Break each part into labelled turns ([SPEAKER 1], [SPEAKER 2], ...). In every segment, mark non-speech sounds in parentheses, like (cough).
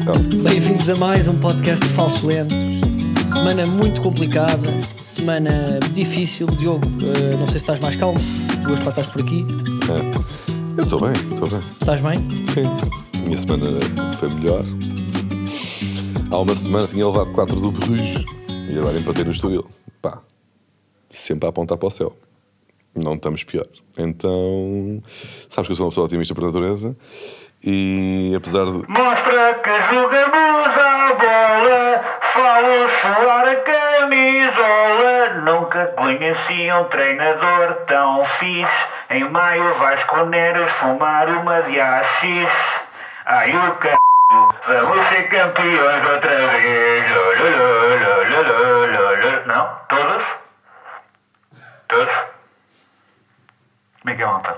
[SPEAKER 1] Então,
[SPEAKER 2] Bem-vindos a mais um podcast de Falsos Lentos. Semana muito complicada, semana difícil. Diogo, eh, não sei se estás mais calmo. Tu hoje pá, estás por aqui.
[SPEAKER 1] é. Eu estou bem, estou bem.
[SPEAKER 2] Estás bem?
[SPEAKER 1] Sim. Minha semana foi melhor. Há uma semana tinha levado 4 do Bruges e agora empatei no Estoril. Pá, sempre a apontar para o céu. Não estamos pior. Então, sabes que eu sou uma pessoa otimista por natureza e apesar de.
[SPEAKER 3] Mostra que jogamos a bola, falam chorar a camisola. Nunca conheci um treinador tão fixe. Em maio vais com Neras fumar uma de AX. Ai o c... Vamos ser campeões outra vez. Lolololololololol. Não? Todos? Todos? Como é que é, malta?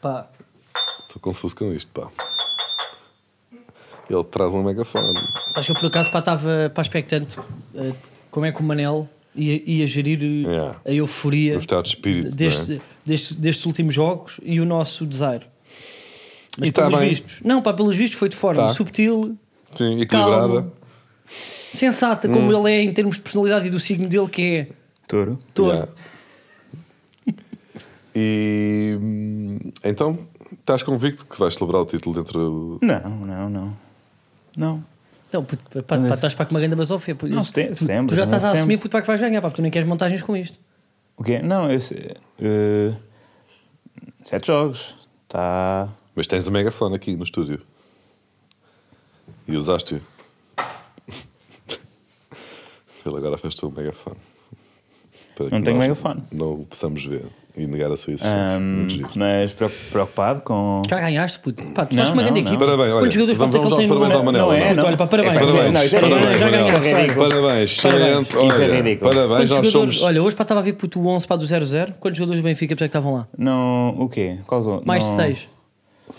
[SPEAKER 2] Pá,
[SPEAKER 1] Estou confuso com isto, pá. Ele traz um megafone.
[SPEAKER 2] sabes que eu por acaso pá, estava pá, expectante eh, como é que o Manel ia, ia gerir eh,
[SPEAKER 1] Yeah.
[SPEAKER 2] a euforia
[SPEAKER 1] O Um estado de espírito.
[SPEAKER 2] deste-
[SPEAKER 1] não é?
[SPEAKER 2] deste- destes últimos jogos e o nosso desaire. Mas
[SPEAKER 1] E tá
[SPEAKER 2] pelos
[SPEAKER 1] bem.
[SPEAKER 2] vistos. Não, pá, pelos vistos foi de forma
[SPEAKER 1] Tá.
[SPEAKER 2] subtil,
[SPEAKER 1] Sim, equilibrada.
[SPEAKER 2] Calmo. sensata, como
[SPEAKER 1] Hum.
[SPEAKER 2] ele é em termos de personalidade e do signo dele, que é
[SPEAKER 4] Touro.
[SPEAKER 2] touro.
[SPEAKER 1] Yeah. E hum, então estás convicto que vais celebrar o título dentro do.
[SPEAKER 4] Não, não, não. Não.
[SPEAKER 2] Não, puto, pá, pá,
[SPEAKER 4] Mas-
[SPEAKER 2] estás para com uma grande basófia. puto.
[SPEAKER 4] Não, setem-
[SPEAKER 2] Tu-
[SPEAKER 4] setembro,
[SPEAKER 2] Tu já
[SPEAKER 4] não é
[SPEAKER 2] estás a
[SPEAKER 4] setembro.
[SPEAKER 2] assumir puto, pá, que vais ganhar, pá, tu nem queres montagens com isto.
[SPEAKER 4] O quê? Não, eu sei. eh, sete jogos. Tá.
[SPEAKER 1] Mas tens o megafone aqui no estúdio. E usaste-o. (laughs) Ele agora afastou o megafone. Para
[SPEAKER 4] Não
[SPEAKER 1] que
[SPEAKER 4] tenho
[SPEAKER 1] nós
[SPEAKER 4] megafone.
[SPEAKER 1] Não o possamos ver e negar a sua existência.
[SPEAKER 4] Ahm,
[SPEAKER 1] Muito giro.
[SPEAKER 4] mas preocu- preocupado com.
[SPEAKER 2] Já ganhaste, puto. Pá, tu
[SPEAKER 4] Não,
[SPEAKER 2] estás uma
[SPEAKER 4] não,
[SPEAKER 2] grande
[SPEAKER 4] não.
[SPEAKER 2] equipa.
[SPEAKER 1] Parabéns, olha,
[SPEAKER 2] Quantos jogadores
[SPEAKER 1] vamos-
[SPEAKER 2] falta que ele tem
[SPEAKER 1] vamos aos
[SPEAKER 2] no...
[SPEAKER 1] parabéns ao Manel.
[SPEAKER 4] não é,
[SPEAKER 1] Puto,
[SPEAKER 4] não.
[SPEAKER 2] olha, pá, parabéns.
[SPEAKER 4] É,
[SPEAKER 1] Parabéns,
[SPEAKER 4] não, isso é
[SPEAKER 1] parabéns,
[SPEAKER 4] ridículo,
[SPEAKER 1] já
[SPEAKER 4] isso é
[SPEAKER 2] ganhaste,
[SPEAKER 4] ridículo.
[SPEAKER 1] Parabéns,
[SPEAKER 2] Parabéns.
[SPEAKER 1] excelente.
[SPEAKER 4] Isso é
[SPEAKER 1] olha,
[SPEAKER 4] ridículo.
[SPEAKER 1] Parabéns,
[SPEAKER 2] Quantos
[SPEAKER 1] nós
[SPEAKER 2] jogadores-
[SPEAKER 1] somos.
[SPEAKER 2] Olha, hoje pá, estava a ver puto, o 11 para do 0-0. Quantos jogadores do Benfica puto, é que estavam lá?
[SPEAKER 4] Não. O quê? Qual zo-
[SPEAKER 2] Mais de
[SPEAKER 4] não-
[SPEAKER 2] 6.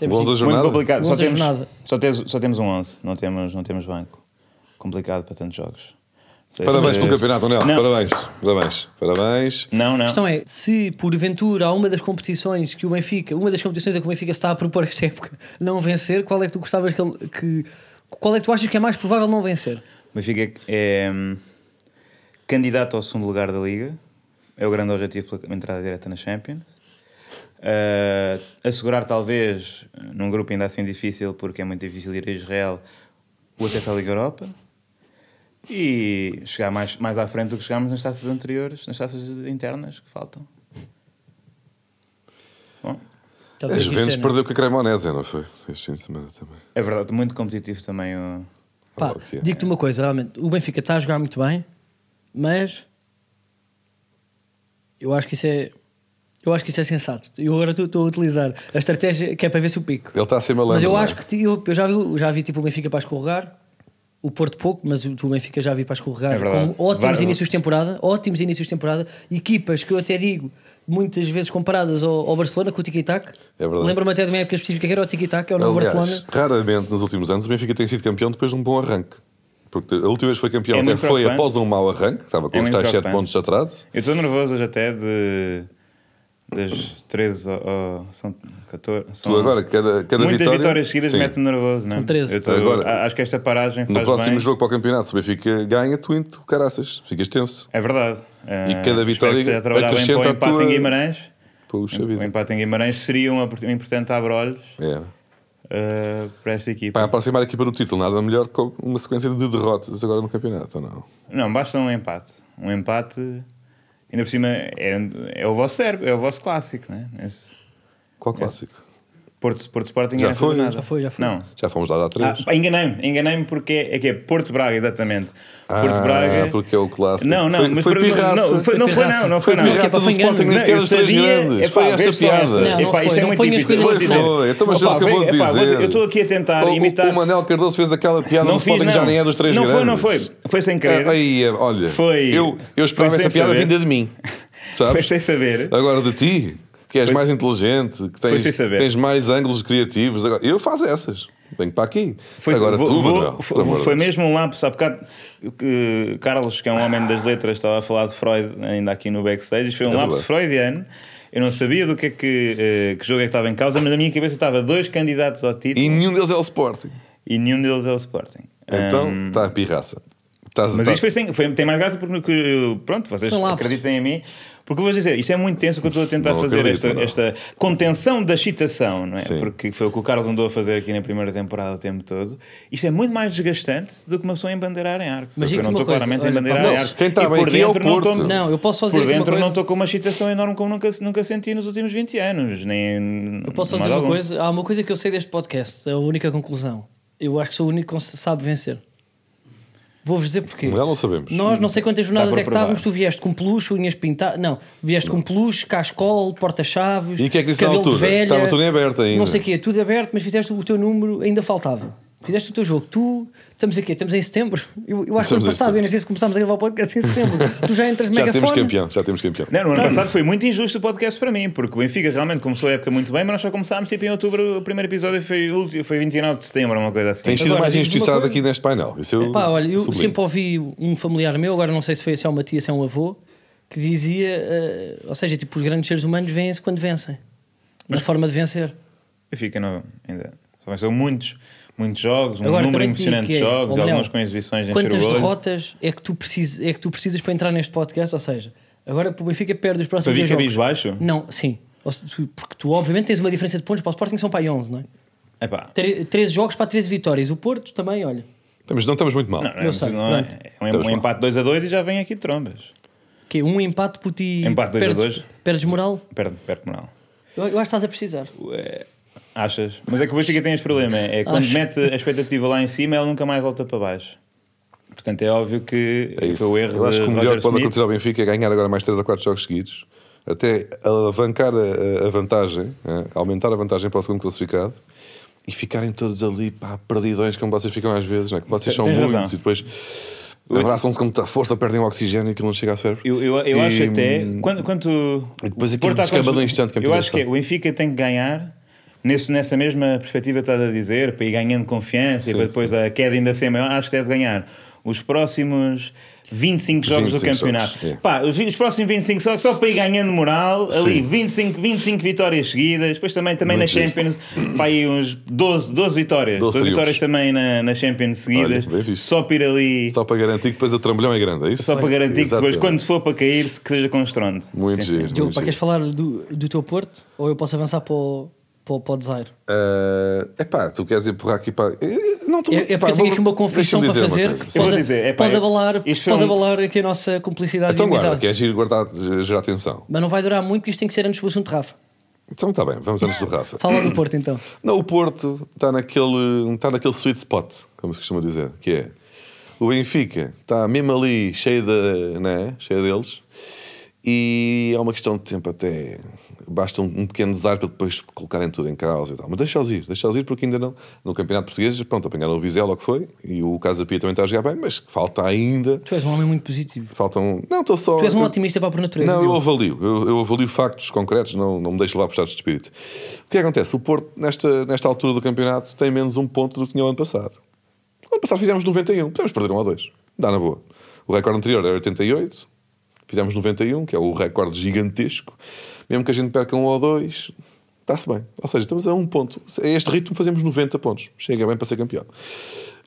[SPEAKER 1] Gols da
[SPEAKER 4] Muito
[SPEAKER 1] jornada?
[SPEAKER 4] complicado. Só
[SPEAKER 2] Onze
[SPEAKER 4] temos,
[SPEAKER 2] jornada.
[SPEAKER 4] só, temos, só temos um 11. Não temos, não temos banco. Complicado para tantos jogos. Não
[SPEAKER 2] É
[SPEAKER 4] sei
[SPEAKER 1] Parabéns
[SPEAKER 4] se-
[SPEAKER 1] pelo campeonato, Anel.
[SPEAKER 4] Não.
[SPEAKER 1] Parabéns, parabéns, parabéns.
[SPEAKER 4] Não, não.
[SPEAKER 2] A questão é, se porventura há uma das competições que o Benfica, uma das competições a que o Benfica se está a propor esta época não vencer, qual é que tu gostavas que, ele- que- qual é que tu achas que é mais provável não vencer?
[SPEAKER 4] O Benfica é hum, candidato ao segundo lugar da Liga. É o grande objetivo pela entrada direta na Champions. Ah, assegurar, talvez, num grupo ainda assim difícil, porque é muito difícil ir a Israel, o acesso à Liga Europa. E chegar mais, mais à frente do que chegámos nas taças anteriores, nas taças internas que faltam. Bom,
[SPEAKER 2] Estás a ver
[SPEAKER 1] A
[SPEAKER 2] que isto é,
[SPEAKER 1] Juventus
[SPEAKER 2] não é?
[SPEAKER 1] perdeu com a Cremonese, não foi? Este fim de semana também.
[SPEAKER 4] é verdade, muito competitivo também o.
[SPEAKER 2] Pá,
[SPEAKER 1] Olha o que é.
[SPEAKER 2] digo-te uma coisa, realmente, o Benfica está a jogar muito bem, mas eu acho que isso é eu acho que isso é sensato. Eu agora estou- estou a utilizar a estratégia que é para ver se o pico.
[SPEAKER 1] Ele está a ser malandro.
[SPEAKER 2] mas eu
[SPEAKER 1] não é?
[SPEAKER 2] acho que ti- eu, eu já vi, já vi tipo o Benfica para escorregar, o Porto pouco, mas o, o Benfica já vi para escorregar
[SPEAKER 4] É verdade.
[SPEAKER 2] como ótimos
[SPEAKER 4] Vários-
[SPEAKER 2] inícios de temporada, ótimos inícios de temporada, equipas que eu até digo muitas vezes comparadas ao, ao Barcelona com o Tiki Tac.
[SPEAKER 1] É verdade.
[SPEAKER 2] Lembro-me até de uma época específica que era o Tiki Tac, era o Novo
[SPEAKER 1] Aliás,
[SPEAKER 2] Barcelona.
[SPEAKER 1] Raramente nos últimos anos o Benfica tem sido campeão depois de um bom arranque. Porque a última vez que foi campeão
[SPEAKER 4] É
[SPEAKER 1] até
[SPEAKER 4] muito
[SPEAKER 1] foi
[SPEAKER 4] preocupante.
[SPEAKER 1] após um mau arranque, que estava com
[SPEAKER 4] É
[SPEAKER 1] os
[SPEAKER 4] muito
[SPEAKER 1] tais 7
[SPEAKER 4] preocupante.
[SPEAKER 1] pontos de atraso.
[SPEAKER 4] Eu estou nervoso hoje até de. Das 13 ao- ao- são 14. São
[SPEAKER 1] Tu agora, cada, cada
[SPEAKER 4] muitas
[SPEAKER 1] vitória.
[SPEAKER 4] vitórias seguidas
[SPEAKER 1] Sim.
[SPEAKER 4] mete-me nervoso, não é?
[SPEAKER 2] São 13.
[SPEAKER 4] Eu tô-
[SPEAKER 1] Agora,
[SPEAKER 4] a- acho que esta paragem
[SPEAKER 1] No
[SPEAKER 4] faz
[SPEAKER 1] próximo
[SPEAKER 4] bem.
[SPEAKER 1] jogo para o campeonato, se o Benfica ganha, tu em tu caraças. Ficas tenso.
[SPEAKER 4] É verdade. Ah,
[SPEAKER 1] E cada
[SPEAKER 4] espero
[SPEAKER 1] vitória
[SPEAKER 4] que seja trabalhado bem para o
[SPEAKER 1] acrescenta a
[SPEAKER 4] empate
[SPEAKER 1] tua-
[SPEAKER 4] em Guimarães.
[SPEAKER 1] Puxa
[SPEAKER 4] O
[SPEAKER 1] vida.
[SPEAKER 4] empate em Guimarães seria um apor- um importante abrolhos
[SPEAKER 1] É.
[SPEAKER 4] ah, para esta equipa.
[SPEAKER 1] Para aproximar a equipa do título, nada melhor que uma sequência de derrotas agora no campeonato, ou não?
[SPEAKER 4] Não, basta um empate. Um empate, ainda por cima, é, é o vosso cérebro, é o vosso clássico, não é? Esse
[SPEAKER 1] Qual
[SPEAKER 4] É.
[SPEAKER 1] clássico?
[SPEAKER 4] Porto, Porto Sporting
[SPEAKER 1] Já
[SPEAKER 4] era fazer
[SPEAKER 1] foi?
[SPEAKER 4] nada.
[SPEAKER 2] Já foi, já foi.
[SPEAKER 4] Não,
[SPEAKER 1] Já fomos lá há
[SPEAKER 4] Ah,
[SPEAKER 1] três.
[SPEAKER 4] pá, enganei-me, enganei-me porque é é que é Porto Braga, exatamente. Porto
[SPEAKER 1] Ah,
[SPEAKER 4] Braga.
[SPEAKER 1] porque é o clássico.
[SPEAKER 4] Não, não,
[SPEAKER 1] Foi-
[SPEAKER 4] mas
[SPEAKER 1] foi
[SPEAKER 4] por-
[SPEAKER 1] pirraça.
[SPEAKER 4] Não, foi, não
[SPEAKER 2] Foi
[SPEAKER 4] foi,
[SPEAKER 2] pirraça.
[SPEAKER 4] não, não
[SPEAKER 1] Foi
[SPEAKER 4] foi, não. é
[SPEAKER 1] pirraça
[SPEAKER 2] Não,
[SPEAKER 1] do
[SPEAKER 2] foi
[SPEAKER 1] Sporting,
[SPEAKER 2] engano.
[SPEAKER 1] nem
[SPEAKER 4] Não,
[SPEAKER 1] sequer
[SPEAKER 4] eu
[SPEAKER 1] as três
[SPEAKER 4] sabia,
[SPEAKER 1] grandes.
[SPEAKER 4] epá,
[SPEAKER 1] Foi
[SPEAKER 4] vê
[SPEAKER 1] essa
[SPEAKER 4] só essa.
[SPEAKER 1] piada.
[SPEAKER 2] Não,
[SPEAKER 4] Epá,
[SPEAKER 2] foi,
[SPEAKER 4] isto é
[SPEAKER 2] não
[SPEAKER 4] muito
[SPEAKER 2] ponhas
[SPEAKER 4] difícil.
[SPEAKER 2] coisas
[SPEAKER 1] Pois
[SPEAKER 4] vou dizer.
[SPEAKER 1] foi, então, mas
[SPEAKER 4] Opa,
[SPEAKER 1] é o que eu vou
[SPEAKER 4] vê, epá,
[SPEAKER 1] dizer.
[SPEAKER 4] Eu estou aqui a tentar
[SPEAKER 1] O- o-
[SPEAKER 4] imitar.
[SPEAKER 1] O Manel Cardoso fez aquela piada do
[SPEAKER 4] não fiz,
[SPEAKER 1] Sporting
[SPEAKER 4] não.
[SPEAKER 1] já nem é dos três
[SPEAKER 4] Não
[SPEAKER 1] grandes.
[SPEAKER 4] foi, não foi. Foi sem querer.
[SPEAKER 1] Ah, Aí, olha,
[SPEAKER 4] Foi-
[SPEAKER 1] eu, eu esperava
[SPEAKER 4] foi sem
[SPEAKER 1] essa piada
[SPEAKER 4] saber.
[SPEAKER 1] vinda de mim.
[SPEAKER 4] (laughs) Foi
[SPEAKER 1] Sabes?
[SPEAKER 4] sem saber.
[SPEAKER 1] Agora de ti, que és mais inteligente, que tens,
[SPEAKER 4] sem saber.
[SPEAKER 1] tens mais ângulos criativos. Agora, eu faço essas. Venho para aqui.
[SPEAKER 4] Foi,
[SPEAKER 1] Agora
[SPEAKER 4] vou-
[SPEAKER 1] tu,
[SPEAKER 4] vou-
[SPEAKER 1] Manuel.
[SPEAKER 4] foi-
[SPEAKER 1] por amor de
[SPEAKER 4] foi
[SPEAKER 1] Deus.
[SPEAKER 4] mesmo um lapso. Há bocado que Carlos, que é um homem das letras, estava a falar de Freud ainda aqui no backstage. Foi um
[SPEAKER 1] É
[SPEAKER 4] lapso
[SPEAKER 1] verdade.
[SPEAKER 4] freudiano. Eu não sabia do que é que, eh, que jogo é que estava em causa, mas na minha cabeça estava dois candidatos ao título
[SPEAKER 1] E nenhum deles é o Sporting.
[SPEAKER 4] e, e nenhum deles é o Sporting.
[SPEAKER 1] Então está a pirraça. Estás-
[SPEAKER 4] Hum. Mas
[SPEAKER 1] tá-
[SPEAKER 4] isto foi sem, foi- tem mais graça porque que- pronto, vocês
[SPEAKER 2] São lapsos.
[SPEAKER 4] acreditem em mim. Porque eu vou dizer, isto é muito tenso o que eu estou a tentar
[SPEAKER 1] Não
[SPEAKER 4] fazer,
[SPEAKER 1] acredito,
[SPEAKER 4] esta,
[SPEAKER 1] não.
[SPEAKER 4] esta contenção da excitação, não é?
[SPEAKER 1] Sim.
[SPEAKER 4] Porque foi o que o Carlos andou a fazer aqui na primeira temporada o tempo todo. Isto é muito mais desgastante do que uma pessoa embandeirar em arco.
[SPEAKER 2] Mas
[SPEAKER 4] Porque eu
[SPEAKER 2] digo-te
[SPEAKER 4] não
[SPEAKER 2] uma
[SPEAKER 4] estou
[SPEAKER 2] coisa,
[SPEAKER 4] claramente
[SPEAKER 2] olha,
[SPEAKER 4] a embandeirar
[SPEAKER 2] Paulo,
[SPEAKER 4] em
[SPEAKER 2] não,
[SPEAKER 4] arco.
[SPEAKER 1] quem está
[SPEAKER 4] e
[SPEAKER 1] bem
[SPEAKER 4] por
[SPEAKER 1] aqui é o
[SPEAKER 4] dentro não estou-
[SPEAKER 1] Porto.
[SPEAKER 2] Não, eu posso só dizer
[SPEAKER 4] Por
[SPEAKER 2] aqui uma
[SPEAKER 4] dentro
[SPEAKER 2] coisa.
[SPEAKER 4] não estou com uma excitação enorme como nunca, nunca senti nos últimos 20 anos. Nem,
[SPEAKER 2] Eu posso só dizer uma coisa? Há uma coisa que eu sei deste podcast, é a única conclusão. Eu acho que sou o único que sabe vencer. Vou-vos dizer porquê.
[SPEAKER 1] Já não sabemos.
[SPEAKER 2] Nós não sei quantas jornadas
[SPEAKER 4] por
[SPEAKER 2] é que estávamos, tu
[SPEAKER 4] provar.
[SPEAKER 2] vieste com peluche, unhas pintadas. Não, vieste com peluche, cascol, porta-chaves,
[SPEAKER 1] E o que é que disse na
[SPEAKER 2] cabelo de
[SPEAKER 1] altura?
[SPEAKER 2] velha.
[SPEAKER 1] Estava tudo em aberto ainda.
[SPEAKER 2] Não sei o quê, tudo aberto, mas fizeste o teu número, ainda faltava. Fizeste o teu jogo. Tu, estamos aqui, estamos em setembro. Eu, eu acho que
[SPEAKER 1] Estamos
[SPEAKER 2] ano
[SPEAKER 1] em
[SPEAKER 2] passado,
[SPEAKER 1] setembro.
[SPEAKER 2] eu nem sei se começámos a gravar o podcast em
[SPEAKER 1] (laughs)
[SPEAKER 2] setembro. tu já entras
[SPEAKER 1] Já temos
[SPEAKER 2] megafone.
[SPEAKER 1] campeão, já temos campeão.
[SPEAKER 4] Não, no ano passado foi muito injusto o podcast para mim, porque o Benfica realmente começou a época muito bem, mas nós só começámos tipo em outubro, o primeiro episódio foi, ulti- foi 29 de setembro, uma coisa assim.
[SPEAKER 1] Tens sido
[SPEAKER 2] Agora,
[SPEAKER 1] mais
[SPEAKER 2] digo-te uma
[SPEAKER 1] injustiçado
[SPEAKER 2] coisa.
[SPEAKER 1] aqui neste painel. Isso eu
[SPEAKER 2] Pá, olha, eu
[SPEAKER 1] sublinho.
[SPEAKER 2] sempre ouvi um familiar meu, agora não sei se foi se é o Matias, se é um avô, que dizia, eh, ou seja, tipo, os grandes seres humanos vêm-se quando vencem. Na forma de vencer.
[SPEAKER 4] Benfica não, ainda. Só são muitos, muitos jogos, um
[SPEAKER 2] Agora,
[SPEAKER 4] número
[SPEAKER 2] também te digo
[SPEAKER 4] impressionante
[SPEAKER 2] que é,
[SPEAKER 4] de jogos,
[SPEAKER 2] ou melhor,
[SPEAKER 4] algumas com exibições de encher
[SPEAKER 2] Quantas
[SPEAKER 4] o olho.
[SPEAKER 2] derrotas é que, tu precisas, é que tu precisas para entrar neste podcast? Ou seja, agora que o Benfica perde os
[SPEAKER 4] Para
[SPEAKER 2] próximos
[SPEAKER 4] vir
[SPEAKER 2] dois jogos.
[SPEAKER 4] cabisbaixo?
[SPEAKER 2] Não, sim. Ou se tu- Porque tu, obviamente, tens uma diferença de pontos para o Sporting, são para aí 11, não é?
[SPEAKER 4] Epá,
[SPEAKER 2] Tre- 13 jogos para 13 vitórias. O Porto também, olha.
[SPEAKER 1] Estamos- não estamos muito mal.
[SPEAKER 4] não, não, é-
[SPEAKER 2] Eu sei,
[SPEAKER 4] não é-
[SPEAKER 2] pronto.
[SPEAKER 4] é um-
[SPEAKER 1] Estamos
[SPEAKER 4] um
[SPEAKER 1] mal.
[SPEAKER 4] empate 2 a 2 e já vem aqui de trombas.
[SPEAKER 2] Que é um empate por ti.
[SPEAKER 4] Empate dois a
[SPEAKER 2] perdes,
[SPEAKER 4] dois.
[SPEAKER 2] Perdes moral?
[SPEAKER 4] Perde, perde moral.
[SPEAKER 2] Eu, eu acho que estás a precisar.
[SPEAKER 4] Achas? Mas é que o Benfica tem este problema: é quando
[SPEAKER 2] Acho.
[SPEAKER 4] mete a expectativa lá em cima, ela nunca mais volta para baixo. Portanto, é óbvio que
[SPEAKER 1] É isso.
[SPEAKER 4] foi o erro
[SPEAKER 1] eu acho
[SPEAKER 4] de
[SPEAKER 1] que o melhor
[SPEAKER 4] Roger
[SPEAKER 1] que pode
[SPEAKER 4] Smith.
[SPEAKER 1] acontecer ao Benfica é ganhar agora mais 3 ou 4 jogos seguidos, até alavancar a, a vantagem, né? aumentar a vantagem para o segundo classificado e ficarem todos ali pá, perdidões como vocês ficam às vezes, né? que vocês são
[SPEAKER 4] Tens
[SPEAKER 1] muitos
[SPEAKER 4] razão.
[SPEAKER 1] e depois abraçam-se com muita força, perdem o oxigênio e aquilo não chega ao cérebro.
[SPEAKER 4] Eu, eu, eu
[SPEAKER 1] E,
[SPEAKER 4] acho até.
[SPEAKER 1] hum,
[SPEAKER 4] Quando, quando
[SPEAKER 1] E depois
[SPEAKER 4] o
[SPEAKER 1] aquilo
[SPEAKER 4] Porto há
[SPEAKER 1] descamba
[SPEAKER 4] quantos-
[SPEAKER 1] num instante,
[SPEAKER 4] Eu acho que é,
[SPEAKER 1] campeonato.
[SPEAKER 4] o Benfica tem que ganhar. Nesse, nessa mesma perspectiva que estás a dizer, para ir ganhando confiança
[SPEAKER 1] Sim,
[SPEAKER 4] e para depois a queda ainda ser maior, acho que deve ganhar os próximos 25 jogos
[SPEAKER 1] 25
[SPEAKER 4] do campeonato.
[SPEAKER 1] jogos, é.
[SPEAKER 4] Pá, os, vi- os próximos 25 jogos só para ir ganhando moral, ali
[SPEAKER 1] Sim.
[SPEAKER 4] 25, 25 vitórias seguidas, depois também, também na
[SPEAKER 1] Muito giro.
[SPEAKER 4] Champions, para aí uns 12, 12 vitórias, 12,
[SPEAKER 1] 12 triunfos.
[SPEAKER 4] vitórias também na, na Champions seguidas,
[SPEAKER 1] Olha, bem visto.
[SPEAKER 4] só para ir ali
[SPEAKER 1] Só para garantir que depois o trambolhão é grande, é isso?
[SPEAKER 4] só para garantir que depois,
[SPEAKER 1] Exatamente.
[SPEAKER 4] quando for para cair, que seja constronte.
[SPEAKER 1] Muito
[SPEAKER 4] Sim, sim.
[SPEAKER 1] giro.
[SPEAKER 2] Diogo,
[SPEAKER 1] muito
[SPEAKER 2] pá, queres
[SPEAKER 1] giro.
[SPEAKER 2] falar do, do teu Porto? Ou eu posso avançar para o, para o, para o Desire?
[SPEAKER 1] Ah, epá, tu queres empurrar aqui para. Eh, Não, tu,
[SPEAKER 2] É, é porque eu
[SPEAKER 1] pá,
[SPEAKER 2] tenho
[SPEAKER 1] vou-
[SPEAKER 2] aqui uma confissão
[SPEAKER 1] deixa-me
[SPEAKER 2] para
[SPEAKER 1] dizer uma
[SPEAKER 2] fazer
[SPEAKER 1] coisa.
[SPEAKER 2] que
[SPEAKER 4] Eu vou
[SPEAKER 2] pode,
[SPEAKER 4] dizer, é pá,
[SPEAKER 2] pode abalar,
[SPEAKER 4] isto foi
[SPEAKER 2] pode
[SPEAKER 4] um-
[SPEAKER 2] abalar aqui a nossa cumplicidade
[SPEAKER 1] Então
[SPEAKER 2] e amizade.
[SPEAKER 1] guarda, que é giro guardar, gerar atenção.
[SPEAKER 2] Mas não vai durar muito, que isto tem que ser antes do assunto, Rafa.
[SPEAKER 1] Então está bem, vamos antes do Rafa.
[SPEAKER 2] Fala do Porto então.
[SPEAKER 1] Não, o Porto está naquele, está naquele sweet spot, como se costuma dizer, que é o Benfica está mesmo ali cheio, de, né, cheio deles e é uma questão de tempo até basta um, um pequeno desastre para depois colocarem tudo em causa e tal. Mas deixa-os ir, deixa-os ir porque ainda não. No Campeonato Português, pronto, apanharam o Vizela, o que foi, e o Casa Pia também está a jogar bem, mas falta ainda.
[SPEAKER 2] Tu és um homem muito positivo.
[SPEAKER 1] Faltam. Não, estou só.
[SPEAKER 2] Tu és um
[SPEAKER 1] eu-
[SPEAKER 2] otimista para por natureza.
[SPEAKER 1] não, eu
[SPEAKER 2] Diogo.
[SPEAKER 1] avalio. Eu, eu avalio factos concretos, não, não me deixo levar por estados de espírito. O que é que acontece? O Porto, nesta, nesta altura do campeonato, tem menos um ponto do que tinha o ano passado. O ano passado fizemos 91, podemos perder um ou dois. Dá na boa. O recorde anterior era 88, fizemos 91, que é o recorde gigantesco. Mesmo que a gente perca um ou dois, está-se bem. Ou seja, estamos a um ponto. A este ritmo fazemos 90 pontos. Chega bem para ser campeão.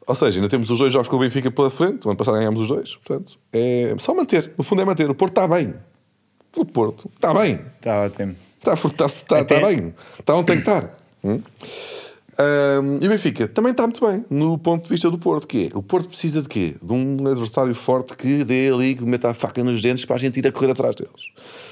[SPEAKER 1] Ou seja, ainda temos os dois jogos com o Benfica pela frente. O ano passado ganhámos os dois. Portanto, é só manter. No fundo é manter. O Porto está bem. O Porto está bem.
[SPEAKER 4] Está Tá ótimo.
[SPEAKER 1] Está está, está,
[SPEAKER 4] Até-
[SPEAKER 1] está bem. Está onde tem que estar. Hum? Ahm, e o Benfica também está muito bem no ponto de vista do Porto. Que é, o Porto precisa de quê? De um adversário forte que dê ali, que meta a faca nos dentes para a gente ir a correr atrás deles.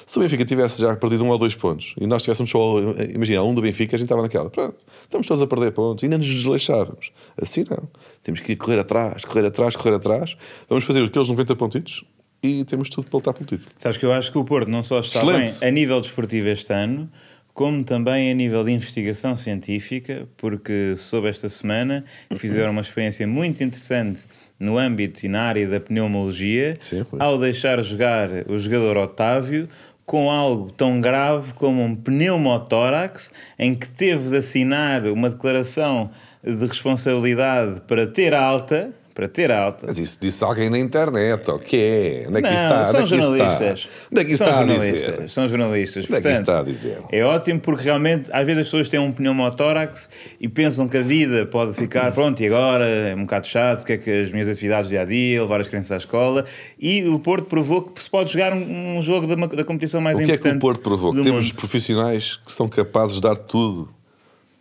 [SPEAKER 1] Se o Benfica tivesse já perdido um ou dois pontos e nós tivéssemos só, imagina, um do Benfica, a gente estava naquela. Pronto, estamos todos a perder pontos e ainda nos desleixávamos. Assim não. Temos que ir correr atrás, correr atrás, correr atrás. Vamos fazer aqueles 90 pontitos e temos tudo para lutar pelo título.
[SPEAKER 4] Sabes que eu acho que o Porto não só está
[SPEAKER 1] Excelente.
[SPEAKER 4] bem a nível desportivo este ano, como também a nível de investigação científica, porque soube esta semana que fizeram uma experiência muito interessante no âmbito e na área da pneumologia,
[SPEAKER 1] Sim, foi.
[SPEAKER 4] ao deixar jogar o jogador Otávio com algo tão grave como um pneumotórax, em que teve de assinar uma declaração de responsabilidade para ter alta, para ter a alta.
[SPEAKER 1] Mas isso disse alguém na internet, ok? Onde é que
[SPEAKER 4] Não,
[SPEAKER 1] isso está? Onde
[SPEAKER 4] são
[SPEAKER 1] é que isso está?
[SPEAKER 4] jornalistas.
[SPEAKER 1] Onde é que isso
[SPEAKER 4] são
[SPEAKER 1] está a
[SPEAKER 4] jornalistas.
[SPEAKER 1] dizer?
[SPEAKER 4] São jornalistas.
[SPEAKER 1] Onde é que isso
[SPEAKER 4] Portanto,
[SPEAKER 1] está a dizer?
[SPEAKER 4] É ótimo porque realmente às vezes as pessoas têm um pneumotórax e pensam que a vida pode ficar pronto e agora é um bocado chato, o que é que as minhas atividades do dia a dia, levar as crianças à escola e o Porto provou que se pode jogar um, um jogo da, ma- da competição mais
[SPEAKER 1] O que é
[SPEAKER 4] importante.
[SPEAKER 1] que o Porto provou? Que
[SPEAKER 4] do
[SPEAKER 1] temos
[SPEAKER 4] mundo.
[SPEAKER 1] profissionais que são capazes de dar tudo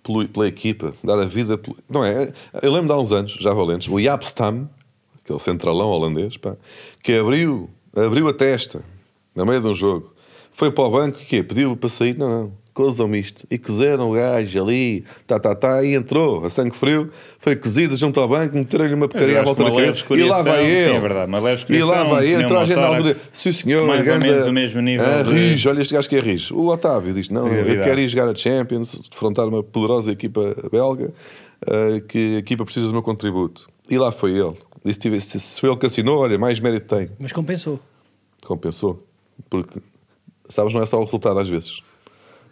[SPEAKER 1] pelo- pela equipa, dar a vida. pelo- Não é? Eu lembro de há uns anos, já valentes, o Yapstam, aquele centralão holandês, pá, que abriu, abriu a testa no meio de um jogo. Foi para o banco, que Pediu para sair? Não, não. Cozam isto. E cozeram o gajo ali, tá, tá, tá, e entrou a sangue frio, foi cozido junto ao banco, meteram-lhe uma
[SPEAKER 4] Mas eu
[SPEAKER 1] porcaria à
[SPEAKER 4] acho
[SPEAKER 1] volta
[SPEAKER 4] que
[SPEAKER 1] da
[SPEAKER 4] uma leve
[SPEAKER 1] cabeça. E lá vai
[SPEAKER 4] escoriação-
[SPEAKER 1] ele.
[SPEAKER 4] Sim, é verdade, uma leve
[SPEAKER 1] e lá
[SPEAKER 4] escoriação,
[SPEAKER 1] vai ele. Entrou a gente na altura.
[SPEAKER 4] pneumotórax,
[SPEAKER 1] Sim, senhor.
[SPEAKER 4] mais ou
[SPEAKER 1] grande-
[SPEAKER 4] menos o mesmo nível
[SPEAKER 1] Ah,
[SPEAKER 4] de-
[SPEAKER 1] rijo, olha este gajo que é rijo. O Otávio diz: Não, eu
[SPEAKER 4] Gravidade.
[SPEAKER 1] quero ir jogar a Champions, defrontar uma poderosa equipa belga, ah, que a equipa precisa do meu contributo. E lá foi ele. E se, tive- se- se foi ele que assinou, olha, mais mérito tem.
[SPEAKER 2] Mas compensou.
[SPEAKER 1] Compensou. Porque, sabes, não é só o resultado às vezes.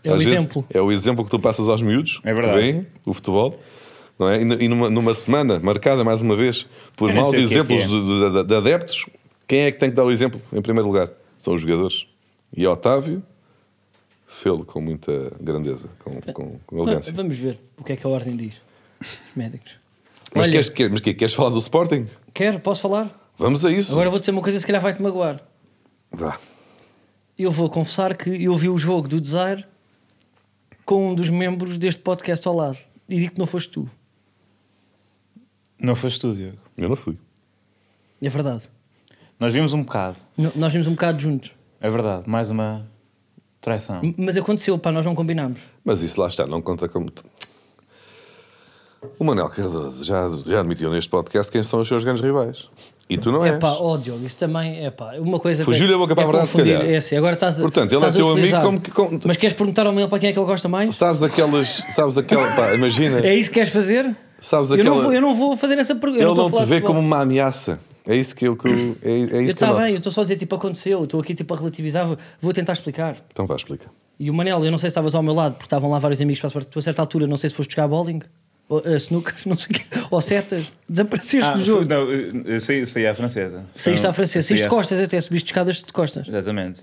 [SPEAKER 2] É o
[SPEAKER 1] Às vezes,
[SPEAKER 2] exemplo.
[SPEAKER 1] é o exemplo que tu passas aos miúdos.
[SPEAKER 4] É verdade.
[SPEAKER 1] Que veem o futebol. Não é? E, nu- e numa, numa semana marcada, mais uma vez, por
[SPEAKER 4] Eu nem
[SPEAKER 1] maus
[SPEAKER 4] sei o que é que
[SPEAKER 1] exemplos
[SPEAKER 4] é.
[SPEAKER 1] De, de- de adeptos, quem é que tem que dar o exemplo em primeiro lugar? São os jogadores. E Otávio fê-lo com muita grandeza, com, com, com elegância.
[SPEAKER 2] Va- Vamos ver o que é que a ordem diz. Os médicos.
[SPEAKER 1] Mas,
[SPEAKER 2] Olha,
[SPEAKER 1] queres, quer- mas quê? queres falar do Sporting?
[SPEAKER 2] quero, posso falar?
[SPEAKER 1] Vamos a isso.
[SPEAKER 2] Agora vou dizer uma coisa, se calhar vai-te magoar.
[SPEAKER 1] Vá.
[SPEAKER 2] Eu vou confessar que eu vi o jogo do Desire com um dos membros deste podcast ao lado. E digo que não foste tu.
[SPEAKER 4] Não foste tu, Diogo.
[SPEAKER 1] Eu não fui.
[SPEAKER 2] É verdade.
[SPEAKER 4] Nós vimos um bocado,
[SPEAKER 2] No- Nós vimos um bocado juntos.
[SPEAKER 4] é verdade, mais uma traição.
[SPEAKER 2] M- Mas aconteceu, pá, nós não combinámos.
[SPEAKER 1] Mas isso lá está, não conta como. te- O Manuel Cardoso já, já admitiu neste podcast quem são os seus grandes rivais. E tu não és.
[SPEAKER 2] É pá, ó Diogo, isso também é pá. Uma coisa que
[SPEAKER 1] Fugiu-lhe a boca para
[SPEAKER 2] é
[SPEAKER 1] a verdade, se
[SPEAKER 2] confundir.
[SPEAKER 1] calhar.
[SPEAKER 2] É assim, agora estás a-
[SPEAKER 1] Portanto, ele é
[SPEAKER 2] estás a
[SPEAKER 1] teu amigo
[SPEAKER 2] utilizar.
[SPEAKER 1] como que- como-
[SPEAKER 2] Mas queres perguntar ao meu para quem é que ele gosta mais?
[SPEAKER 1] Sabes aquelas. Sabes aquela. Pá, imagina.
[SPEAKER 2] É isso que queres fazer?
[SPEAKER 1] Sabes
[SPEAKER 2] eu, não
[SPEAKER 1] aquela-
[SPEAKER 2] vou, eu não vou fazer essa pergunta.
[SPEAKER 1] Ele não te vê como uma ameaça. É isso que eu. Que eu é, é isso que eu
[SPEAKER 2] Está
[SPEAKER 1] noto.
[SPEAKER 2] bem, eu estou só a dizer, tipo, aconteceu. Estou aqui, tipo, a relativizar. vou- Vou tentar explicar.
[SPEAKER 1] Então vá, explica.
[SPEAKER 2] E o Manel, eu não sei se estavas ao meu lado, porque estavam lá vários amigos para a parte. Tu, a certa altura, não sei se foste jogar bowling, ou uh, snooker, (laughs) não sei o quê, ou setas. Desapareceste do jogo.
[SPEAKER 4] Ah, fui- não, eu- eu saí, saí à francesa.
[SPEAKER 2] Saíste
[SPEAKER 4] Então,
[SPEAKER 2] à francesa,
[SPEAKER 4] saí
[SPEAKER 2] saíste
[SPEAKER 4] à-
[SPEAKER 2] de costas até, subiste escadas de costas.
[SPEAKER 4] Exatamente.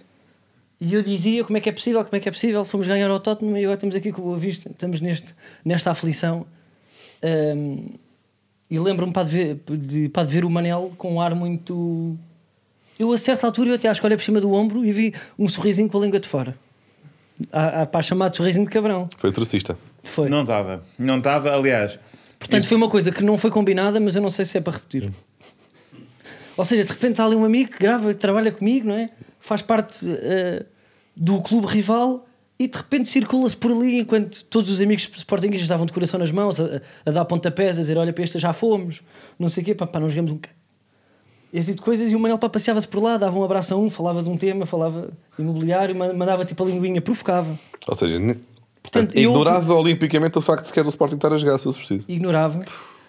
[SPEAKER 2] E eu dizia como é que é possível, como é que é possível, fomos ganhar ao Tottenham e agora estamos aqui com o Boa Vista, estamos neste, nesta aflição. Ahm, e lembro-me para de ver, de, pá, de ver o Manel com um ar muito. Eu a certa altura eu até acho que olhei por cima do ombro e vi um sorrisinho com a língua de fora. Há, há, pá, chamado sorrisinho de cabrão.
[SPEAKER 1] Foi trocista.
[SPEAKER 2] Foi.
[SPEAKER 4] Não estava. Não estava, aliás.
[SPEAKER 2] Portanto, foi uma coisa que não foi combinada, mas eu não sei se é para repetir. Ou seja, de repente está ali um amigo que grava, que trabalha comigo, não é? Faz parte eh, do clube rival e de repente circula-se por ali enquanto todos os amigos sportinguistas estavam de coração nas mãos a, a dar pontapés, a dizer: Olha, para esta já fomos, não sei o quê, pá, pá, não jogamos um. ca- Esse tipo de coisas e o Manel pá, passeava-se por lá, dava um abraço a um, falava de um tema, falava de imobiliário, ma- mandava tipo a linguinha, provocava.
[SPEAKER 1] Ou seja, ne-
[SPEAKER 2] Portanto, eu-
[SPEAKER 1] ignorava olimpicamente o facto de sequer o Sporting estar a jogar, se fosse preciso.
[SPEAKER 2] ignorava.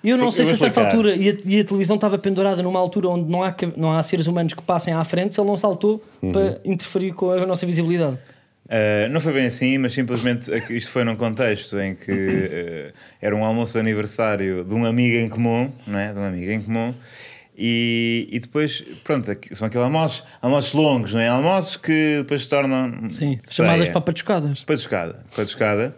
[SPEAKER 2] Eu não
[SPEAKER 4] Eu
[SPEAKER 2] sei se a
[SPEAKER 4] vou
[SPEAKER 2] certa
[SPEAKER 4] explicar.
[SPEAKER 2] altura e a, e a televisão estava pendurada numa altura onde não há, ca- não há seres humanos que passem à frente, se ele não saltou
[SPEAKER 4] Uhum.
[SPEAKER 2] para interferir com a nossa visibilidade.
[SPEAKER 4] Uh, não foi bem assim, mas simplesmente é que isto foi num contexto em que uh, era um almoço de aniversário de uma amiga em comum, não é? De uma amiga em comum. E, e depois, pronto, aqui- são aqueles almoços, almoços longos, não é? Almoços que depois se tornam.
[SPEAKER 2] Sim,
[SPEAKER 4] ceia.
[SPEAKER 2] chamadas para patuscadas.
[SPEAKER 4] Patuscada, patuscada.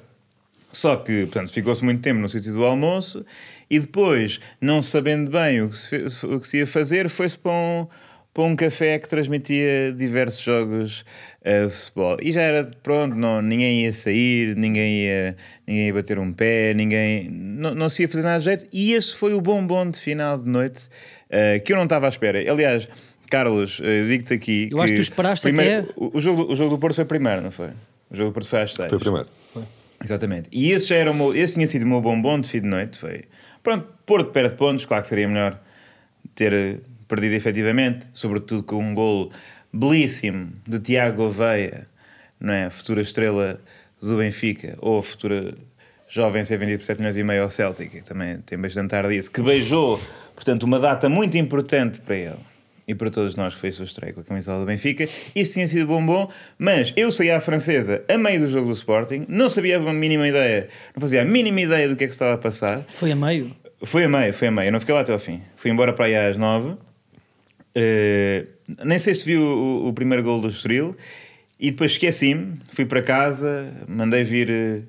[SPEAKER 4] Só que, portanto, ficou-se muito tempo no sítio do almoço e depois, não sabendo bem o que se, fe- o que se ia fazer, foi-se para um, para um café que transmitia diversos jogos eh, de futebol. E já era, pronto, não, ninguém ia sair, ninguém ia, ninguém ia bater um pé, ninguém... Não, não se ia fazer nada de jeito. E esse foi o bombom de final de noite eh, que eu não estava à espera. Aliás, Carlos, eh, digo-te aqui
[SPEAKER 2] Eu acho que tu esperaste
[SPEAKER 4] primeiro,
[SPEAKER 2] até-
[SPEAKER 4] o, o jogo, o jogo do Porto foi primeiro, não foi? O jogo do Porto foi às seis.
[SPEAKER 1] Foi primeiro.
[SPEAKER 4] Exatamente. E esse, já era o meu, esse tinha sido o meu bombom de fim de noite. Foi. Pronto, Porto perde pontos, claro que seria melhor ter eh, perdido efetivamente, sobretudo com um golo belíssimo de Tiago Gouveia, não é? Futura estrela do Benfica, ou futura jovem a ser vendido por 7 milhões e meio ao Celtic, que também tem bastante ar disso, que beijou, portanto, uma data muito importante para ele e para todos nós que foi a sua estreia com a camisola do Benfica. Isso tinha sido bombom, mas eu saí à francesa a meio do jogo do Sporting, não sabia a mínima ideia, não fazia a mínima ideia do que é que se estava a passar.
[SPEAKER 2] Foi a meio.
[SPEAKER 4] Foi a meia, foi a meia. Eu não fiquei lá até ao fim. Fui embora para aí às nove. Eh, nem sei se viu o, o primeiro gol do Estoril. E depois esqueci-me. Fui para casa, mandei vir eh,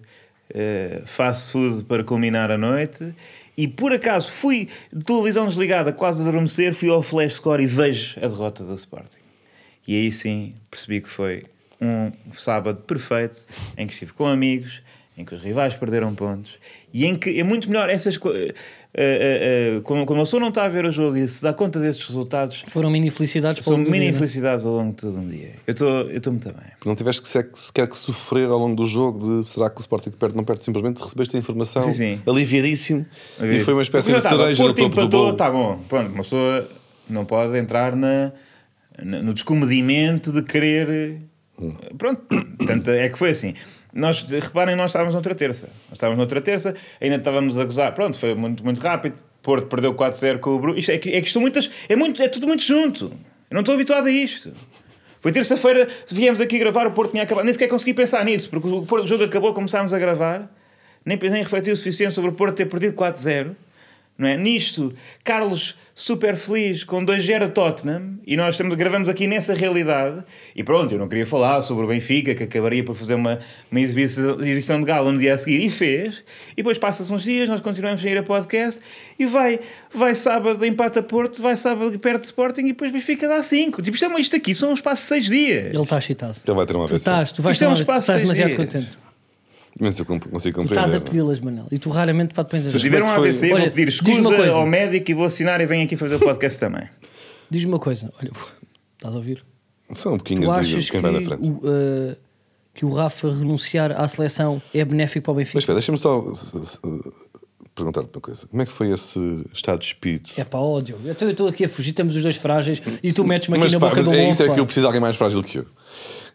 [SPEAKER 4] eh, fast food para culminar a noite. E por acaso fui de televisão desligada, quase a adormecer, fui ao flash score e vejo a derrota do Sporting. E aí sim percebi que foi um sábado perfeito em que estive com amigos, em que os rivais perderam pontos e em que é muito melhor essas eh, coisas. eh, quando, quando a pessoa não está a ver o jogo e se dá conta desses resultados,
[SPEAKER 2] Foram mini felicidades para
[SPEAKER 4] são
[SPEAKER 2] o outro
[SPEAKER 4] mini
[SPEAKER 2] dia, não é?
[SPEAKER 4] infelicidades ao longo de todo um dia. Eu estou eu estou muito bem.
[SPEAKER 1] Não tiveste que se- sequer que sofrer ao longo do jogo de será que o Sporting perde não perde, simplesmente recebeste a informação
[SPEAKER 4] Sim, sim.
[SPEAKER 1] aliviadíssimo e foi uma espécie
[SPEAKER 4] Porque
[SPEAKER 1] de
[SPEAKER 4] já estava,
[SPEAKER 1] cereja no
[SPEAKER 4] Porto
[SPEAKER 1] topo do
[SPEAKER 4] empatou,
[SPEAKER 1] bolo.
[SPEAKER 4] está tá bom. Pronto, uma pessoa não pode entrar na, na- no descomedimento de querer. Pronto, tanto é que foi assim. Nós, reparem, nós estávamos noutra terça. Nós estávamos noutra terça, ainda estávamos a gozar. Pronto, foi muito, muito rápido. Porto perdeu 4-0 com o Bruno. Isto é, que, é que isto muitas. É, muito, é tudo muito junto. Eu não estou habituado a isto. Foi terça-feira, viemos aqui gravar, o Porto tinha acabado. Nem sequer consegui pensar nisso, porque o, Porto, o jogo acabou, começámos a gravar. Nem, nem refletiu o suficiente sobre o Porto ter perdido 4-0. Não é? Nisto, Carlos super feliz com 2-0 a Tottenham e nós estamos, gravamos aqui nessa realidade. E pronto, eu não queria falar sobre o Benfica que acabaria por fazer uma, uma exibição, exibição de gala no dia a seguir e fez. E depois passa-se uns dias, nós continuamos a ir a podcast e vai, vai sábado empata Porto, vai sábado perde Sporting e depois Benfica dá 5. Tipo, isto, é, uma- isto aqui são um espaço de 6 dias.
[SPEAKER 2] Ele está excitado.
[SPEAKER 1] Ele vai ter uma
[SPEAKER 2] Tu
[SPEAKER 1] vez.
[SPEAKER 2] estás, tu vais
[SPEAKER 4] Isto é
[SPEAKER 2] ter
[SPEAKER 4] um
[SPEAKER 2] uma vez- tu
[SPEAKER 4] espaço
[SPEAKER 2] estás
[SPEAKER 4] de seis
[SPEAKER 2] demasiado
[SPEAKER 4] dias.
[SPEAKER 2] contente.
[SPEAKER 1] Mas eu comp- consigo
[SPEAKER 2] Tu
[SPEAKER 1] compreender.
[SPEAKER 2] estás a
[SPEAKER 1] não é?
[SPEAKER 2] pedi-las, Manel. E tu raramente pá, depois
[SPEAKER 1] Mas
[SPEAKER 4] Tiveram um
[SPEAKER 1] Como é que foi?
[SPEAKER 4] AVC,
[SPEAKER 2] Olha,
[SPEAKER 4] vou pedir
[SPEAKER 2] diz-me uma
[SPEAKER 4] escusa
[SPEAKER 2] coisa.
[SPEAKER 4] ao médico e vou assinar e venho aqui fazer o
[SPEAKER 2] (laughs)
[SPEAKER 4] podcast também. um-
[SPEAKER 2] Diz-me uma coisa. Olha, estás a ouvir?
[SPEAKER 1] São um pouquinho
[SPEAKER 2] Tu
[SPEAKER 1] de
[SPEAKER 2] achas
[SPEAKER 1] dizer
[SPEAKER 2] que
[SPEAKER 1] quem vai na frente.
[SPEAKER 2] o, eh, que o Rafa renunciar à seleção é benéfico para o
[SPEAKER 1] Mas
[SPEAKER 2] Benfica?
[SPEAKER 1] espera, deixa-me só uh, uh, perguntar-te uma coisa. Como é que foi esse estado de espírito?
[SPEAKER 2] É pá, ódio. Eu estou- eu estou aqui a fugir, estamos os dois frágeis e tu metes-me aqui
[SPEAKER 1] mas
[SPEAKER 2] na
[SPEAKER 1] pá,
[SPEAKER 2] boca
[SPEAKER 1] mas
[SPEAKER 2] do
[SPEAKER 1] é isso
[SPEAKER 2] ovo.
[SPEAKER 1] é que eu
[SPEAKER 2] pá.
[SPEAKER 1] preciso um- de alguém mais frágil que eu.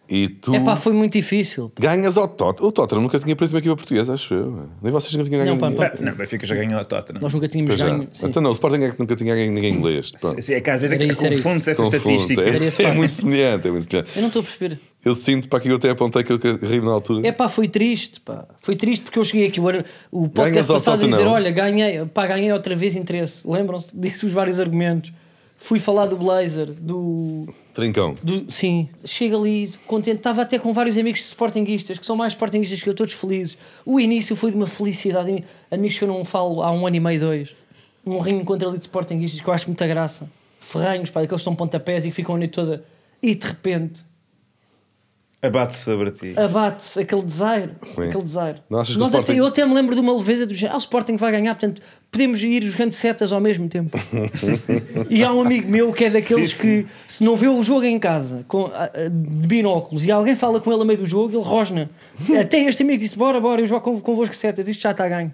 [SPEAKER 1] E tu
[SPEAKER 2] É pá, foi muito difícil. pá.
[SPEAKER 1] ganhas ao Tottenham. O Tottenham nunca tinha perdido uma equipa portuguesa, acho eu. é? Nem vocês nunca tinham ganho
[SPEAKER 2] Não, pá,
[SPEAKER 1] ninguém.
[SPEAKER 2] pá.
[SPEAKER 4] Não, Benfica já ganhou a Tottenham.
[SPEAKER 2] Nós nunca tínhamos
[SPEAKER 1] Pois já.
[SPEAKER 2] ganho. sim.
[SPEAKER 1] Então não, o Sporting é que nunca tinha ganho ninguém inglês. Pronto.
[SPEAKER 4] É que às vezes
[SPEAKER 2] Era
[SPEAKER 4] é que
[SPEAKER 2] isso, era isso.
[SPEAKER 4] confunde-se essa
[SPEAKER 1] Confuso,
[SPEAKER 4] estatística.
[SPEAKER 2] Era esse
[SPEAKER 1] É, é
[SPEAKER 2] facto.
[SPEAKER 1] muito semelhante, é muito semelhante.
[SPEAKER 2] Eu não estou a perceber.
[SPEAKER 1] Eu sinto para que eu até apontei aquilo que ri na altura.
[SPEAKER 2] É pá, foi triste, pá. Foi triste porque eu cheguei aqui o, ar- o podcast
[SPEAKER 1] Ganhas ao
[SPEAKER 2] passado a dizer:
[SPEAKER 1] Tottenham.
[SPEAKER 2] olha, ganhei, pá, ganhei outra vez interesse. Lembram-se? (laughs) Disse os vários argumentos. Fui falar do Blazer, do,
[SPEAKER 1] Trincão.
[SPEAKER 2] do- Sim, chega ali contente. Estava até com vários amigos sportinguistas, que são mais sportinguistas que eu, todos felizes. O início foi de uma felicidade. Amigos que eu não falo há um ano e meio, dois. Um reencontro ali de sportinguistas que eu acho muita graça. Ferranhos, pá, aqueles que são pontapés e que ficam a noite toda. E de repente
[SPEAKER 4] Abate-se sobre ti.
[SPEAKER 2] abate-se aquele desaire.
[SPEAKER 1] Sim.
[SPEAKER 2] Aquele desaire.
[SPEAKER 1] Não achas que
[SPEAKER 2] Nós
[SPEAKER 1] o Sporting-
[SPEAKER 2] até, eu até me lembro de uma leveza do género. Ah, o Sporting vai ganhar, portanto, podemos ir jogando setas ao mesmo
[SPEAKER 1] (laughs)
[SPEAKER 2] tempo. e há um amigo meu que é daqueles
[SPEAKER 4] Sim,
[SPEAKER 2] que, se não vê o jogo em casa com, ah, ah, de binóculos e alguém fala com ele a meio do jogo, ele rosna. até este amigo disse: Bora, bora, eu jogo conv- convosco setas, isto já está ganho.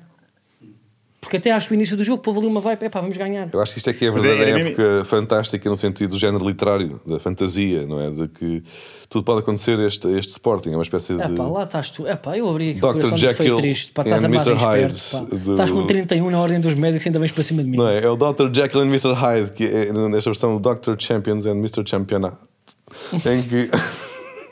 [SPEAKER 2] Porque até acho que o início do jogo, pôr ali uma vibe, é pá, vamos ganhar.
[SPEAKER 1] Eu acho que isto é que é a
[SPEAKER 4] Mas é-
[SPEAKER 1] verdadeira
[SPEAKER 4] era mesmo-
[SPEAKER 1] época fantástica no sentido do género literário, da fantasia, não é? De que tudo pode acontecer a este, a este Sporting, é uma espécie de.
[SPEAKER 2] É pá, lá estás tu. É pá, eu abri aqui
[SPEAKER 1] Dr.
[SPEAKER 2] o coração, isto foi
[SPEAKER 1] Jekyll
[SPEAKER 2] triste. Pá,
[SPEAKER 1] and
[SPEAKER 2] estás a mais
[SPEAKER 1] Mr. Hyde
[SPEAKER 2] esperto. Pá.
[SPEAKER 1] do-
[SPEAKER 2] Estás com 31 na ordem dos médicos e ainda vens para cima de mim.
[SPEAKER 1] Não é? É o Dr. Jekyll and Mr. Hyde, que é, nesta versão, o Dr. Champions and Mr. Championat. em que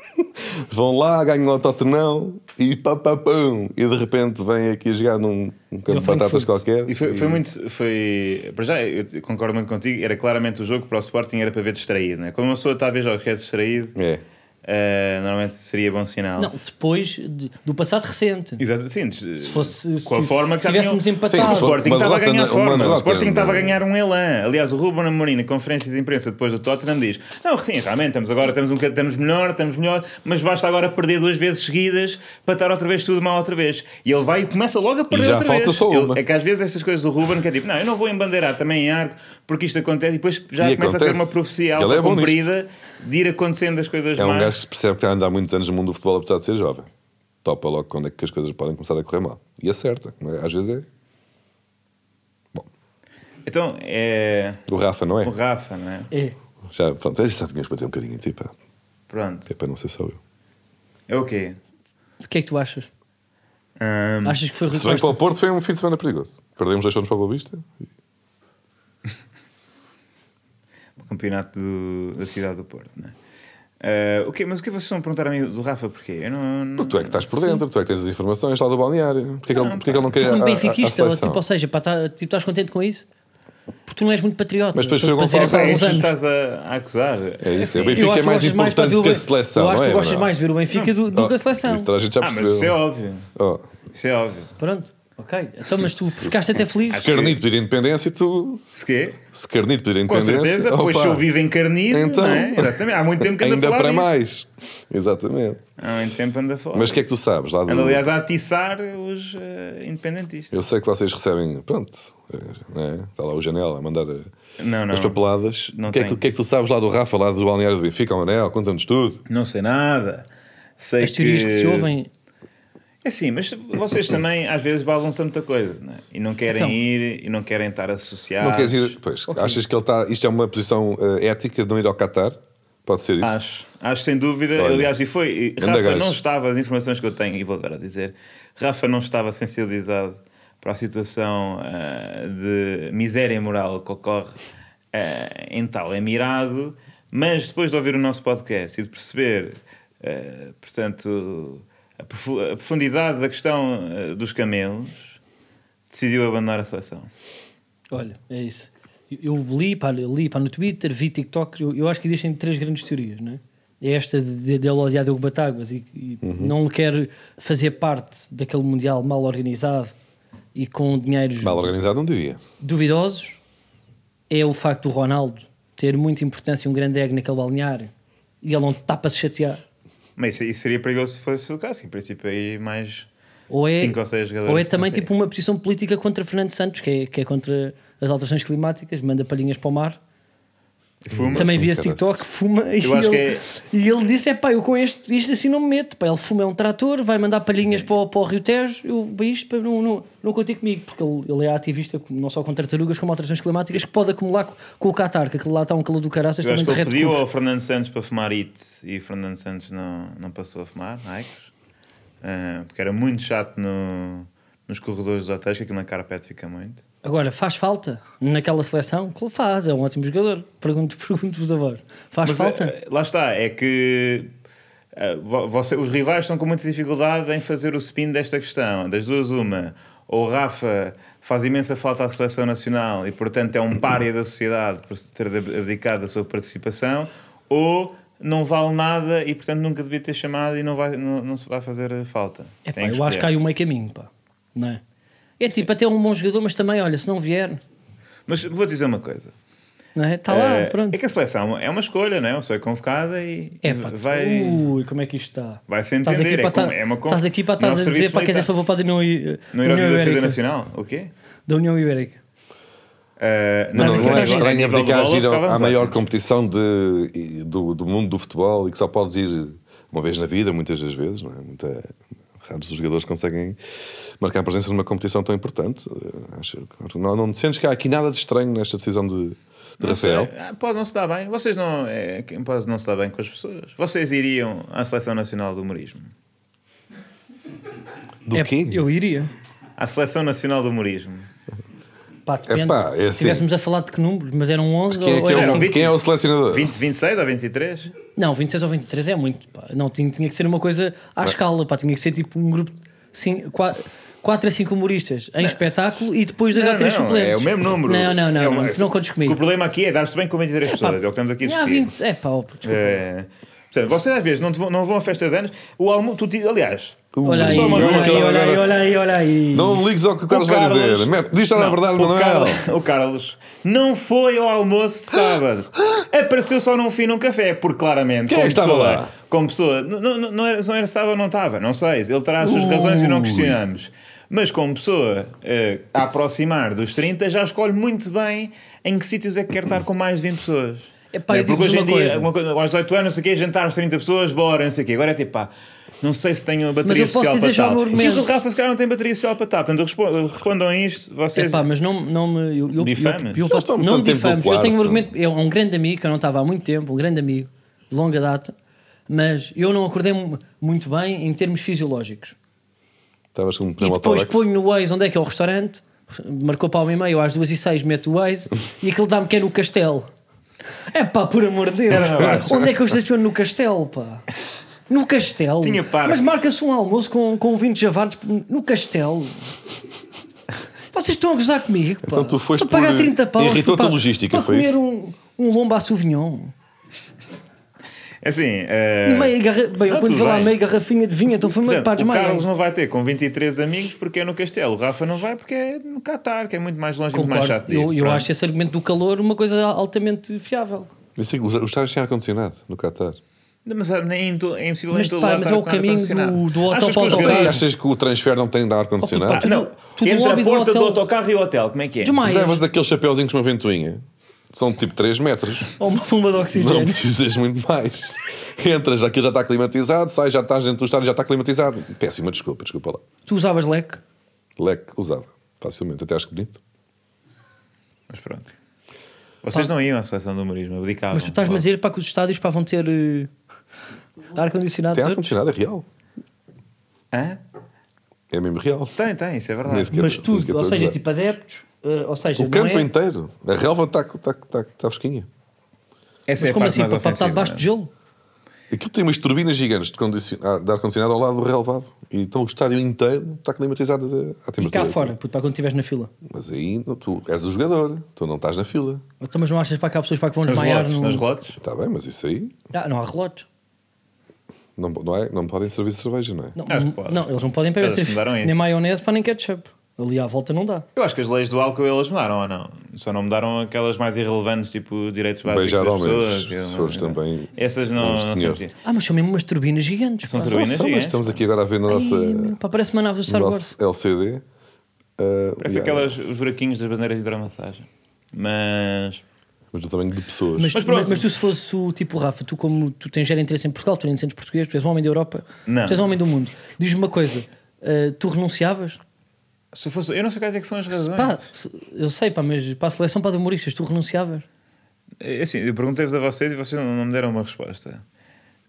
[SPEAKER 1] (laughs) vão lá, ganham o Tottenham e papapão. E de repente vêm aqui jogar num um campo
[SPEAKER 2] ao
[SPEAKER 1] de batatas
[SPEAKER 2] Frankfurt.
[SPEAKER 1] qualquer.
[SPEAKER 4] E foi, foi muito. Foi, para já, eu concordo muito contigo. Era claramente o jogo para o Sporting era para ver distraído. Né? Quando uma pessoa talvez já quer distraído,
[SPEAKER 1] É.
[SPEAKER 4] eh, normalmente seria bom sinal.
[SPEAKER 2] Não, depois de- do passado recente.
[SPEAKER 4] Exato, sim. Se
[SPEAKER 2] fosse-
[SPEAKER 4] Com a
[SPEAKER 2] se-
[SPEAKER 4] forma que
[SPEAKER 2] se tivéssemos
[SPEAKER 4] tinham-
[SPEAKER 2] empatado.
[SPEAKER 4] Sim, o Sporting
[SPEAKER 1] Uma
[SPEAKER 4] estava a
[SPEAKER 1] derrota
[SPEAKER 4] ganhar
[SPEAKER 1] na- uma
[SPEAKER 4] forma. O
[SPEAKER 1] derrota
[SPEAKER 4] Sporting
[SPEAKER 1] na-
[SPEAKER 4] estava a ganhar um elan. Aliás, o Ruben Amorim, na conferência de imprensa depois do Tottenham, diz: Não, sim, realmente, estamos agora, estamos, um, bocad- estamos melhor, estamos melhor, mas basta agora perder duas vezes seguidas para estar outra vez tudo mal outra vez. E ele vai e começa logo a perder
[SPEAKER 1] já
[SPEAKER 4] outra
[SPEAKER 1] falta
[SPEAKER 4] vez.
[SPEAKER 1] só
[SPEAKER 4] Ele-
[SPEAKER 1] uma.
[SPEAKER 4] é que às vezes estas coisas do Ruben, que é tipo: Não, eu não vou embandeirar também em arco, porque isto acontece. E depois já
[SPEAKER 1] E
[SPEAKER 4] começa a ser
[SPEAKER 1] acontece.
[SPEAKER 4] uma profecia
[SPEAKER 1] Ele é bom
[SPEAKER 4] autocumprida de ir acontecendo as coisas
[SPEAKER 1] É um
[SPEAKER 4] más.
[SPEAKER 1] gajo que se percebe que está a andar há muitos anos no mundo do futebol, apesar de ser jovem. Topa logo quando é que as coisas podem começar a correr mal. E acerta. não é? Às vezes é.
[SPEAKER 4] Então, é.
[SPEAKER 1] O Rafa, não é?
[SPEAKER 4] O Rafa, não é?
[SPEAKER 2] É.
[SPEAKER 1] Já, pronto, é só tínhamos para ter um bocadinho. Tipo, pá.
[SPEAKER 4] Pronto.
[SPEAKER 1] é para não ser só eu.
[SPEAKER 4] É o quê?
[SPEAKER 2] O que é que tu achas?
[SPEAKER 4] Ahm,
[SPEAKER 2] Achas que foi Rui
[SPEAKER 1] Hum. Se bem que para o
[SPEAKER 2] Costa?
[SPEAKER 1] Porto foi um fim de semana perigoso. Perdemos dois pontos para a Boa Vista.
[SPEAKER 4] o campeonato do- da cidade do Porto, não é? Ah, o quê? Mas o que vocês estão a perguntar a mim do Rafa? Porquê? Eu não, não-
[SPEAKER 1] Tu é que estás por dentro, tu é que tens as informações lá do balneário. Porquê é que, ele, porquê é que ele não queria
[SPEAKER 2] Tu,
[SPEAKER 1] a,
[SPEAKER 2] como
[SPEAKER 1] a, a
[SPEAKER 2] um benfiquista, ou,
[SPEAKER 1] seleção?
[SPEAKER 2] tipo, ou seja, pá, tá, tipo, estás contente com isso? Porque tu não és muito patriota.
[SPEAKER 1] Mas depois
[SPEAKER 2] para-
[SPEAKER 1] foi o
[SPEAKER 2] para dizer
[SPEAKER 1] Gonçalo
[SPEAKER 2] isso há
[SPEAKER 4] É
[SPEAKER 2] alguns
[SPEAKER 4] isso que me
[SPEAKER 2] anos.
[SPEAKER 4] estás a, a acusar.
[SPEAKER 1] É isso, é o
[SPEAKER 2] Eu acho
[SPEAKER 1] Benfica é
[SPEAKER 2] que tu
[SPEAKER 1] mais
[SPEAKER 2] gostas mais para
[SPEAKER 1] importante
[SPEAKER 2] ver o
[SPEAKER 1] que a
[SPEAKER 2] Ben-
[SPEAKER 1] seleção,
[SPEAKER 2] Eu acho que
[SPEAKER 1] não
[SPEAKER 2] tu
[SPEAKER 1] é,
[SPEAKER 2] gostas
[SPEAKER 1] Manuel?
[SPEAKER 2] mais de ver o Benfica do, do que a seleção.
[SPEAKER 1] Isso toda a gente já
[SPEAKER 4] Ah, mas isso é
[SPEAKER 1] percebeu.
[SPEAKER 4] óbvio.
[SPEAKER 1] Oh.
[SPEAKER 4] Isso é óbvio.
[SPEAKER 2] Pronto, ok. Então, mas tu ficaste até feliz.
[SPEAKER 1] Se Carnido pedir independência, tu.
[SPEAKER 4] Se quê?
[SPEAKER 1] Se Carnido pedir
[SPEAKER 4] Com
[SPEAKER 1] independência.
[SPEAKER 4] certeza, pois
[SPEAKER 1] opa,
[SPEAKER 4] se eu vivo encarnido,
[SPEAKER 1] Então.
[SPEAKER 4] não é? Exatamente. Há muito tempo que ando
[SPEAKER 1] Ainda
[SPEAKER 4] a falar
[SPEAKER 1] para
[SPEAKER 4] disso.
[SPEAKER 1] mais. Exatamente.
[SPEAKER 4] Há muito tempo ando a falar.
[SPEAKER 1] Mas o que é que tu sabes lá do.
[SPEAKER 4] Ando, aliás, a atiçar os eh, independentistas.
[SPEAKER 1] Eu sei que vocês recebem. Pronto. eh, Né? Está lá o janela a mandar eh,
[SPEAKER 4] Não, não.
[SPEAKER 1] as papeladas.
[SPEAKER 4] Não
[SPEAKER 1] O que, é que,
[SPEAKER 4] tenho.
[SPEAKER 1] o que é que tu sabes lá do Rafa, lá do balneário do Benfica, ao Manel? Conta-nos tudo.
[SPEAKER 4] Não sei nada. Sei
[SPEAKER 2] As teorias que se ouvem.
[SPEAKER 4] É sim, mas vocês também às vezes balançam muita coisa não é? e não querem
[SPEAKER 2] Então.
[SPEAKER 4] ir e não querem estar associados.
[SPEAKER 1] Não queres ir. Pois, achas que ele está. Isto é uma posição eh, ética de não ir ao Qatar? Pode ser isso?
[SPEAKER 4] Acho, acho sem dúvida.
[SPEAKER 1] Olha,
[SPEAKER 4] Aliás, e foi. e
[SPEAKER 1] grande
[SPEAKER 4] Rafa
[SPEAKER 1] gajo.
[SPEAKER 4] não estava, as informações que eu tenho, e vou agora dizer, Rafa não estava sensibilizado para a situação ah, de miséria moral que ocorre ah, em tal Emirado, mas depois de ouvir o nosso podcast e de perceber, ah, portanto, a profu- a profundidade da questão ah, dos camelos, decidiu abandonar a seleção.
[SPEAKER 2] Olha, é isso. Eu eu li, pá, eu li pá, no Twitter, vi TikTok. Eu, eu acho que existem três grandes teorias, não é? É esta de, de dele odiar Diogo Batáguas e, e não quer fazer parte daquele Mundial mal organizado e com dinheiros
[SPEAKER 1] Mal organizado, não diria.
[SPEAKER 2] duvidosos é o facto do Ronaldo ter muita importância e um grande egg naquele balneário e ele não está para se chatear.
[SPEAKER 4] Mas isso, isso seria perigoso se fosse o caso, que em princípio aí mais.
[SPEAKER 2] Ou é,
[SPEAKER 4] Cinco ou seis jogadores,
[SPEAKER 2] ou é também
[SPEAKER 4] não sei.
[SPEAKER 2] tipo uma posição política contra Fernando Santos, que é, que é contra as alterações climáticas, manda palhinhas para o mar.
[SPEAKER 4] Fuma.
[SPEAKER 2] também vi esse
[SPEAKER 1] caralho.
[SPEAKER 2] TikTok, fuma e,
[SPEAKER 4] Eu acho
[SPEAKER 2] ele,
[SPEAKER 4] que é-
[SPEAKER 2] e ele disse: é pá, eu com este, isto assim não me meto. Pá, ele fuma é um trator, vai mandar palhinhas para, o- para o Rio Tejo. Eu, pá, isto pá, não, não, não contei comigo, porque ele, ele é ativista com- não só com tartarugas, como alterações climáticas, que pode acumular co- com, o Qatar, que aquele lá está um calor do caraças,
[SPEAKER 4] Eu
[SPEAKER 2] também
[SPEAKER 4] acho que ele
[SPEAKER 2] derrete
[SPEAKER 4] pediu
[SPEAKER 2] cubos.
[SPEAKER 4] ao Fernando Santos para fumar IT e o Fernando Santos não, não passou a fumar, Nikes. Ah, porque era muito chato no, nos corredores dos hotéis, que aquilo na carpete fica muito.
[SPEAKER 2] Agora, faz falta naquela seleção? Claro, faz, é um ótimo jogador. Pergunto- (laughs) Pergunto-vos a vós: faz
[SPEAKER 4] Mas,
[SPEAKER 2] falta?
[SPEAKER 4] eh, lá está, é que eh, vo- você- os rivais estão com muita dificuldade em fazer o spin desta questão. Das duas, uma. Ou o Rafa faz imensa falta à seleção nacional e, portanto, é um pária da sociedade por se ter ab- abdicado da sua participação, ou não vale nada e, portanto, nunca devia ter chamado e não, vai, não, não se vai fazer eh, falta.
[SPEAKER 2] Epá,
[SPEAKER 4] Tem
[SPEAKER 2] eu acho
[SPEAKER 4] escolher.
[SPEAKER 2] que há aí um meio caminho, pá. Não é? É tipo, até um bom jogador, mas também, olha, se não vier,
[SPEAKER 4] Mas vou dizer uma coisa.
[SPEAKER 2] não é? Está um lá,
[SPEAKER 4] Eh,
[SPEAKER 2] pronto.
[SPEAKER 4] É que a seleção é uma escolha, não é? Eu sou convocada e
[SPEAKER 2] É
[SPEAKER 4] e
[SPEAKER 2] pá,
[SPEAKER 4] vai...
[SPEAKER 2] ui, como é que isto está?
[SPEAKER 4] Vai se
[SPEAKER 2] Estás
[SPEAKER 4] entender,
[SPEAKER 2] aqui
[SPEAKER 4] é
[SPEAKER 2] para
[SPEAKER 4] como-
[SPEAKER 2] estar-
[SPEAKER 4] é uma conf-
[SPEAKER 2] Estás aqui para estás
[SPEAKER 4] Não,
[SPEAKER 2] a
[SPEAKER 4] serviço
[SPEAKER 2] dizer para queres a
[SPEAKER 4] militar.
[SPEAKER 2] favor para a União, I-
[SPEAKER 4] Não
[SPEAKER 2] da
[SPEAKER 4] irá
[SPEAKER 2] União
[SPEAKER 4] vir da Defesa
[SPEAKER 2] Ibérica.
[SPEAKER 4] Nacional? O quê?
[SPEAKER 2] Da União Ibérica.
[SPEAKER 4] Uh,
[SPEAKER 1] Não, não,
[SPEAKER 2] aqui
[SPEAKER 1] é
[SPEAKER 2] estás-
[SPEAKER 1] estranho
[SPEAKER 4] nível do
[SPEAKER 1] abdicares
[SPEAKER 4] valor,
[SPEAKER 1] ir
[SPEAKER 4] estávamos
[SPEAKER 1] à
[SPEAKER 4] a-
[SPEAKER 1] maior competição de, e- do, do mundo do futebol e que só podes ir uma vez na vida, muitas das vezes, não é? Muita- raros os jogadores conseguem marcar presença numa competição tão importante. Eh, Acho que- não, não sentes que há aqui nada de estranho nesta decisão de, de
[SPEAKER 4] Não sei.
[SPEAKER 1] Rafael?
[SPEAKER 4] Ah, Pode não se dar bem. Vocês não, é, quem pode não se dar bem com as pessoas. Vocês iriam à Seleção Nacional do Humorismo.
[SPEAKER 1] Do
[SPEAKER 2] É,
[SPEAKER 1] quê?
[SPEAKER 2] Eu iria.
[SPEAKER 4] À Seleção Nacional do Humorismo.
[SPEAKER 2] Pá, depende.
[SPEAKER 1] Epá, é assim.
[SPEAKER 2] Estivéssemos a falar de que números, mas eram 11
[SPEAKER 1] Quem é,
[SPEAKER 2] ou
[SPEAKER 1] que é,
[SPEAKER 2] era
[SPEAKER 1] o,
[SPEAKER 4] Não,
[SPEAKER 2] cinco?
[SPEAKER 4] vinte-
[SPEAKER 1] quem é o selecionador?
[SPEAKER 4] 20, 26 ou 23?
[SPEAKER 2] Não, 26 ou 23 é muito. pá. Não, tinha, tinha que ser uma coisa à escala. Pá. Tinha que ser tipo um grupo de 4 a 5 humoristas em espetáculo e depois dois
[SPEAKER 4] Não,
[SPEAKER 2] ou três
[SPEAKER 4] não,
[SPEAKER 2] suplentes.
[SPEAKER 4] É o mesmo número.
[SPEAKER 2] Não, não, não.
[SPEAKER 4] É
[SPEAKER 2] não,
[SPEAKER 4] uma-
[SPEAKER 2] tu não contes comigo. Ah,
[SPEAKER 4] O problema aqui é dar-se bem com 23 pessoas. É o que estamos aqui a
[SPEAKER 2] Não, há
[SPEAKER 4] discutir.
[SPEAKER 2] 20. É pá, ó, desculpa.
[SPEAKER 4] É. Portanto, vocês às vezes não, te vão, não vão a festas de anos. O almo, tu, ti- aliás,
[SPEAKER 1] Uh,
[SPEAKER 2] Olha aí,
[SPEAKER 4] Só uma
[SPEAKER 2] olha aí,
[SPEAKER 4] relação
[SPEAKER 2] olha aí,
[SPEAKER 1] agora.
[SPEAKER 2] olha aí, olha aí.
[SPEAKER 1] Não ligues ao que o Carlos, vai dizer. Mete, diz a
[SPEAKER 4] Não,
[SPEAKER 1] é verdade,
[SPEAKER 4] o,
[SPEAKER 1] Manuel.
[SPEAKER 4] Carlos, (laughs) o Carlos não foi ao almoço de
[SPEAKER 1] (gasps)
[SPEAKER 4] sábado. Apareceu só num fim num café, porque claramente,
[SPEAKER 1] Quem é
[SPEAKER 4] como,
[SPEAKER 1] que estava
[SPEAKER 4] pessoa,
[SPEAKER 1] lá?
[SPEAKER 4] como pessoa, não, não, não era, não era sábado, não estava, não sei. Ele terá as suas razões e não questionamos. Mas como pessoa eh, a aproximar dos 30, já escolhe muito bem em que sítios é que quer estar com mais de 20 pessoas.
[SPEAKER 2] Epá, eu
[SPEAKER 4] É, porque
[SPEAKER 2] digo-vos
[SPEAKER 4] hoje em
[SPEAKER 2] uma
[SPEAKER 4] dia,
[SPEAKER 2] coisa.
[SPEAKER 4] alguma coisa, aos 18 anos, não sei o quê, jantar às 30 pessoas, bora, não sei o quê. Agora é tipo, pá, não sei se tenho a bateria
[SPEAKER 2] eu posso
[SPEAKER 4] social
[SPEAKER 2] dizer
[SPEAKER 4] para
[SPEAKER 2] já o
[SPEAKER 4] tal.
[SPEAKER 2] meu argumento.
[SPEAKER 4] E o Rafa, se calhar, não tem bateria social para tal. Portanto, respo- respondam a isto, vocês.
[SPEAKER 2] Epá, mas não, não me. Eu, eu,
[SPEAKER 4] Difames?
[SPEAKER 2] Eu, eu,
[SPEAKER 1] Eles estão
[SPEAKER 2] não
[SPEAKER 1] tanto
[SPEAKER 2] me
[SPEAKER 1] tempo
[SPEAKER 2] difames.
[SPEAKER 1] no
[SPEAKER 2] Eu tenho um
[SPEAKER 1] quarto.
[SPEAKER 2] argumento. É um grande amigo que eu não estava há muito tempo, um grande amigo, de longa data, mas eu não acordei mu- muito bem em termos fisiológicos.
[SPEAKER 1] Estavas com um
[SPEAKER 2] E depois
[SPEAKER 1] pneumotórax.
[SPEAKER 2] ponho no Waze onde é que é o
[SPEAKER 1] (laughs)
[SPEAKER 2] restaurante, marcou para uma e meia, eu às duas e seis meto o Waze e aquilo dá-me que é no castelo. É pá, por amor de Deus.
[SPEAKER 4] Era na Baixa.
[SPEAKER 2] Onde é que eu estaciono no castelo, pá? No castelo.
[SPEAKER 4] Tinha parque.
[SPEAKER 2] Mas marca-se um almoço com, com 20 javardes no castelo. Vocês estão a gozar comigo, pá.
[SPEAKER 1] Então tu foste
[SPEAKER 2] Estou a pagar
[SPEAKER 1] por-
[SPEAKER 2] 30 paus.
[SPEAKER 1] irritou-te
[SPEAKER 2] pá,
[SPEAKER 1] a logística,
[SPEAKER 2] para
[SPEAKER 1] foi
[SPEAKER 2] comer
[SPEAKER 1] isso?
[SPEAKER 2] um, um lombo à Sauvignon.
[SPEAKER 4] Assim, eh,
[SPEAKER 1] É.
[SPEAKER 2] E meia garra... Bem, eu
[SPEAKER 1] Tá
[SPEAKER 4] Ah,
[SPEAKER 2] quando
[SPEAKER 4] tudo
[SPEAKER 2] vi lá
[SPEAKER 4] bem.
[SPEAKER 2] meia garrafinha de vinho, então foi uma
[SPEAKER 4] portanto,
[SPEAKER 2] pá
[SPEAKER 4] o Carlos
[SPEAKER 2] desmaio.
[SPEAKER 4] não vai ter com 23 amigos porque é no Castelo. O Rafa não vai porque é no Qatar, que é muito mais longe e muito mais chato.
[SPEAKER 2] Concordo. Eu,
[SPEAKER 4] de ir.
[SPEAKER 2] eu
[SPEAKER 4] Pronto.
[SPEAKER 2] acho esse argumento do calor uma coisa altamente fiável.
[SPEAKER 1] Eu sei que os, os estádios têm ar-condicionado no Qatar.
[SPEAKER 4] Mas ah, nem em to- é impossível
[SPEAKER 2] Mas,
[SPEAKER 4] em todo
[SPEAKER 2] pá,
[SPEAKER 4] lado
[SPEAKER 2] mas
[SPEAKER 4] estar
[SPEAKER 2] é o
[SPEAKER 4] com
[SPEAKER 2] caminho
[SPEAKER 4] ar-condicionado.
[SPEAKER 2] do- do hotel
[SPEAKER 4] Achas que
[SPEAKER 2] para o
[SPEAKER 4] os
[SPEAKER 2] hotel.
[SPEAKER 4] gajos-
[SPEAKER 1] Então, achas que o transfer não tem de dar
[SPEAKER 2] Opa,
[SPEAKER 1] ar-condicionado?
[SPEAKER 2] tu-
[SPEAKER 4] Não,
[SPEAKER 2] tu do
[SPEAKER 4] entre a
[SPEAKER 2] lobby do
[SPEAKER 4] porta do,
[SPEAKER 2] hotel-
[SPEAKER 4] autocarro e o hotel, como é que é?
[SPEAKER 2] Desmaias.
[SPEAKER 1] Levas aquele chapéuzinho com uma ventoinha. São tipo 3 metros.
[SPEAKER 2] Ou uma bomba de
[SPEAKER 1] Não
[SPEAKER 2] oxigênio.
[SPEAKER 1] precisas muito mais. Entras, aquilo já está climatizado, sai, já estás dentro do estádio, já está climatizado. Péssima desculpa, desculpa lá.
[SPEAKER 2] Tu usavas leque?
[SPEAKER 1] Leque usava, facilmente. Até acho que bonito.
[SPEAKER 2] Tá
[SPEAKER 4] Mas pronto. Vocês não iam à seleção do humorismo, abdicavam.
[SPEAKER 2] Mas tu estás-me a dizer para que os estádios pá, vão ter eh, ar-condicionado
[SPEAKER 1] Tem
[SPEAKER 2] todos?
[SPEAKER 1] ar-condicionado, é real.
[SPEAKER 4] Hã?
[SPEAKER 1] É mesmo real.
[SPEAKER 4] Tem, tem, isso é verdade.
[SPEAKER 1] Nem sequer-
[SPEAKER 2] Tá, Mas
[SPEAKER 1] nem sequer
[SPEAKER 2] tudo, ou
[SPEAKER 1] estou a
[SPEAKER 2] seja,
[SPEAKER 1] gozar.
[SPEAKER 2] tipo adeptos, eh, ou seja,
[SPEAKER 1] O
[SPEAKER 2] não
[SPEAKER 1] campo
[SPEAKER 2] é...
[SPEAKER 1] inteiro. A relva está tá, tá, tá fresquinha.
[SPEAKER 4] Essa é
[SPEAKER 2] Mas
[SPEAKER 4] a
[SPEAKER 2] como
[SPEAKER 4] parte
[SPEAKER 2] assim? Para
[SPEAKER 4] mais
[SPEAKER 2] para estar
[SPEAKER 4] ofensiva, é?
[SPEAKER 2] debaixo de gelo?
[SPEAKER 1] Aquilo tem umas turbinas gigantes de, condicion- ah, de ar-condicionado ao lado do relvado. E então o estádio inteiro está climatizado à à
[SPEAKER 2] E
[SPEAKER 1] temperatura.
[SPEAKER 2] cá fora, puto, para quando estiveres na fila.
[SPEAKER 1] Mas aí não- tu és o jogador, tu não estás na fila.
[SPEAKER 2] Então, mas não achas para que há pessoas para que vão
[SPEAKER 4] Nos
[SPEAKER 2] desmaiar no...
[SPEAKER 4] relotes, nos relotes.
[SPEAKER 1] Está bem, mas isso aí
[SPEAKER 2] Ah, não há relotes.
[SPEAKER 1] não, não, é, não podem servir cerveja, não é?
[SPEAKER 2] Não,
[SPEAKER 4] Acho que
[SPEAKER 2] não-
[SPEAKER 4] podes.
[SPEAKER 2] não, eles não podem pegar
[SPEAKER 4] Eles
[SPEAKER 2] cerveja.
[SPEAKER 4] mudaram
[SPEAKER 2] nem
[SPEAKER 4] isso.
[SPEAKER 2] maionese para nem ketchup. Ali à volta não dá.
[SPEAKER 4] Eu acho que as leis do álcool eles mudaram ou não? Só não mudaram aquelas mais irrelevantes, tipo direitos básicos
[SPEAKER 1] Beijar
[SPEAKER 4] das
[SPEAKER 1] homens,
[SPEAKER 4] pessoas.
[SPEAKER 1] se
[SPEAKER 4] eu não-
[SPEAKER 1] fores também
[SPEAKER 4] Essas não,
[SPEAKER 1] um
[SPEAKER 4] não
[SPEAKER 1] senhor.
[SPEAKER 4] são-
[SPEAKER 2] Ah, mas são mesmo umas turbinas gigantes.
[SPEAKER 4] São
[SPEAKER 2] pá.
[SPEAKER 4] turbinas.
[SPEAKER 1] Só,
[SPEAKER 4] gigantes.
[SPEAKER 1] Então, mas estamos aqui agora a ver na nossa,
[SPEAKER 2] é. Ai, meu, pá, parece uma nave do
[SPEAKER 1] no
[SPEAKER 2] Star Wars.
[SPEAKER 1] nosso LCD. ah,
[SPEAKER 4] Parece
[SPEAKER 1] yeah,
[SPEAKER 4] aquelas, os buraquinhos das bandeiras de hidromassagem. Mas.
[SPEAKER 1] Mas do tamanho de pessoas.
[SPEAKER 2] Mas,
[SPEAKER 4] Mas
[SPEAKER 2] tu,
[SPEAKER 4] pronto.
[SPEAKER 2] mas, mas tu se fosse o tipo Rafa, tu como tu tens gera interesse em Portugal, tu nem te sentes português, tu és um homem da Europa,
[SPEAKER 4] Não.
[SPEAKER 2] tu és um homem do mundo. Diz-me uma coisa, eh, tu renunciavas?
[SPEAKER 4] Se fosse, eu não sei quais é que são as
[SPEAKER 2] Se
[SPEAKER 4] razões.
[SPEAKER 2] pá, se- eu sei, pá, mas para a seleção para de humoristas, tu renunciavas?
[SPEAKER 4] É Assim, eu perguntei-vos a vocês e vocês não não me deram uma resposta.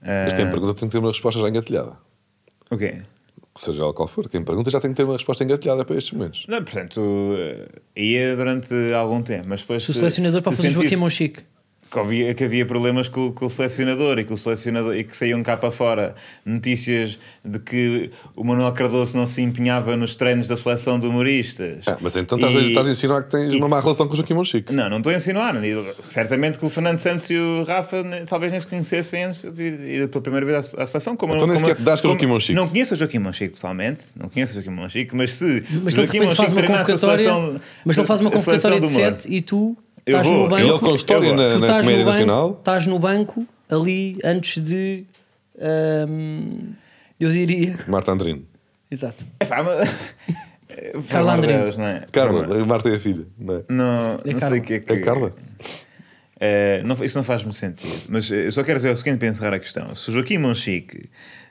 [SPEAKER 4] Ah,
[SPEAKER 1] Mas quem pergunta tem que ter uma resposta já engatilhada.
[SPEAKER 4] O quê?
[SPEAKER 1] Seja ela qual for, quem pergunta já tem que ter uma resposta engatilhada para estes momentos.
[SPEAKER 4] Não, portanto, eh, ia durante algum tempo, mas depois.
[SPEAKER 2] Se o selecionador para
[SPEAKER 4] se
[SPEAKER 2] fazer Joaquim
[SPEAKER 4] sentisse
[SPEAKER 2] Monchique.
[SPEAKER 4] que havia, que havia problemas com, com o selecionador e que o selecionador e que saíam cá para fora notícias de que o Manuel Cardoso não se empenhava nos treinos da seleção de humoristas.
[SPEAKER 1] Ah, mas então estás, a,
[SPEAKER 4] E-
[SPEAKER 1] estás a insinuar que tens
[SPEAKER 4] e-
[SPEAKER 1] uma má relação com o Joaquim Monchique.
[SPEAKER 4] Não, não estou a insinuar. E Certamente que o Fernando Santos e o Rafa ne- talvez nem se conhecessem antes de de ir pela primeira vez à, à seleção. Como,
[SPEAKER 1] Então nem
[SPEAKER 4] como,
[SPEAKER 1] sequer te dás com o
[SPEAKER 4] como-
[SPEAKER 1] Joaquim Monchique.
[SPEAKER 4] Não conheço o Joaquim Monchique pessoalmente. Não conheço o Joaquim Monchique, mas se
[SPEAKER 2] Mas ele de repente faz uma
[SPEAKER 4] treinasse a
[SPEAKER 2] convocatória,
[SPEAKER 4] seleção-
[SPEAKER 2] mas ele faz uma
[SPEAKER 4] a seleção
[SPEAKER 2] convocatória
[SPEAKER 4] do
[SPEAKER 2] de
[SPEAKER 4] humor,
[SPEAKER 2] 7 e tu
[SPEAKER 4] Eu
[SPEAKER 2] estás
[SPEAKER 4] vou,
[SPEAKER 2] no
[SPEAKER 4] eu
[SPEAKER 2] banco,
[SPEAKER 1] E ele com história
[SPEAKER 4] Eu-
[SPEAKER 1] na,
[SPEAKER 2] tu
[SPEAKER 1] na
[SPEAKER 2] estás
[SPEAKER 1] Comédia
[SPEAKER 2] no, banco
[SPEAKER 1] Nacional.
[SPEAKER 2] estás no banco ali antes de ahm, eu diria. (laughs)
[SPEAKER 1] Marta Andrino.
[SPEAKER 2] Exato.
[SPEAKER 4] Epá, É mas- Pelo amor de
[SPEAKER 2] André.
[SPEAKER 4] Deus, não é?
[SPEAKER 1] Carla, a Marta é a filha. Não é?
[SPEAKER 4] Não, não sei
[SPEAKER 2] Carla.
[SPEAKER 4] o que é que.
[SPEAKER 1] É Carla?
[SPEAKER 4] Eh, não, isso não faz muito sentido. Mas eh, eu só quero dizer o seguinte para encerrar a questão. Se o Joaquim Monchique.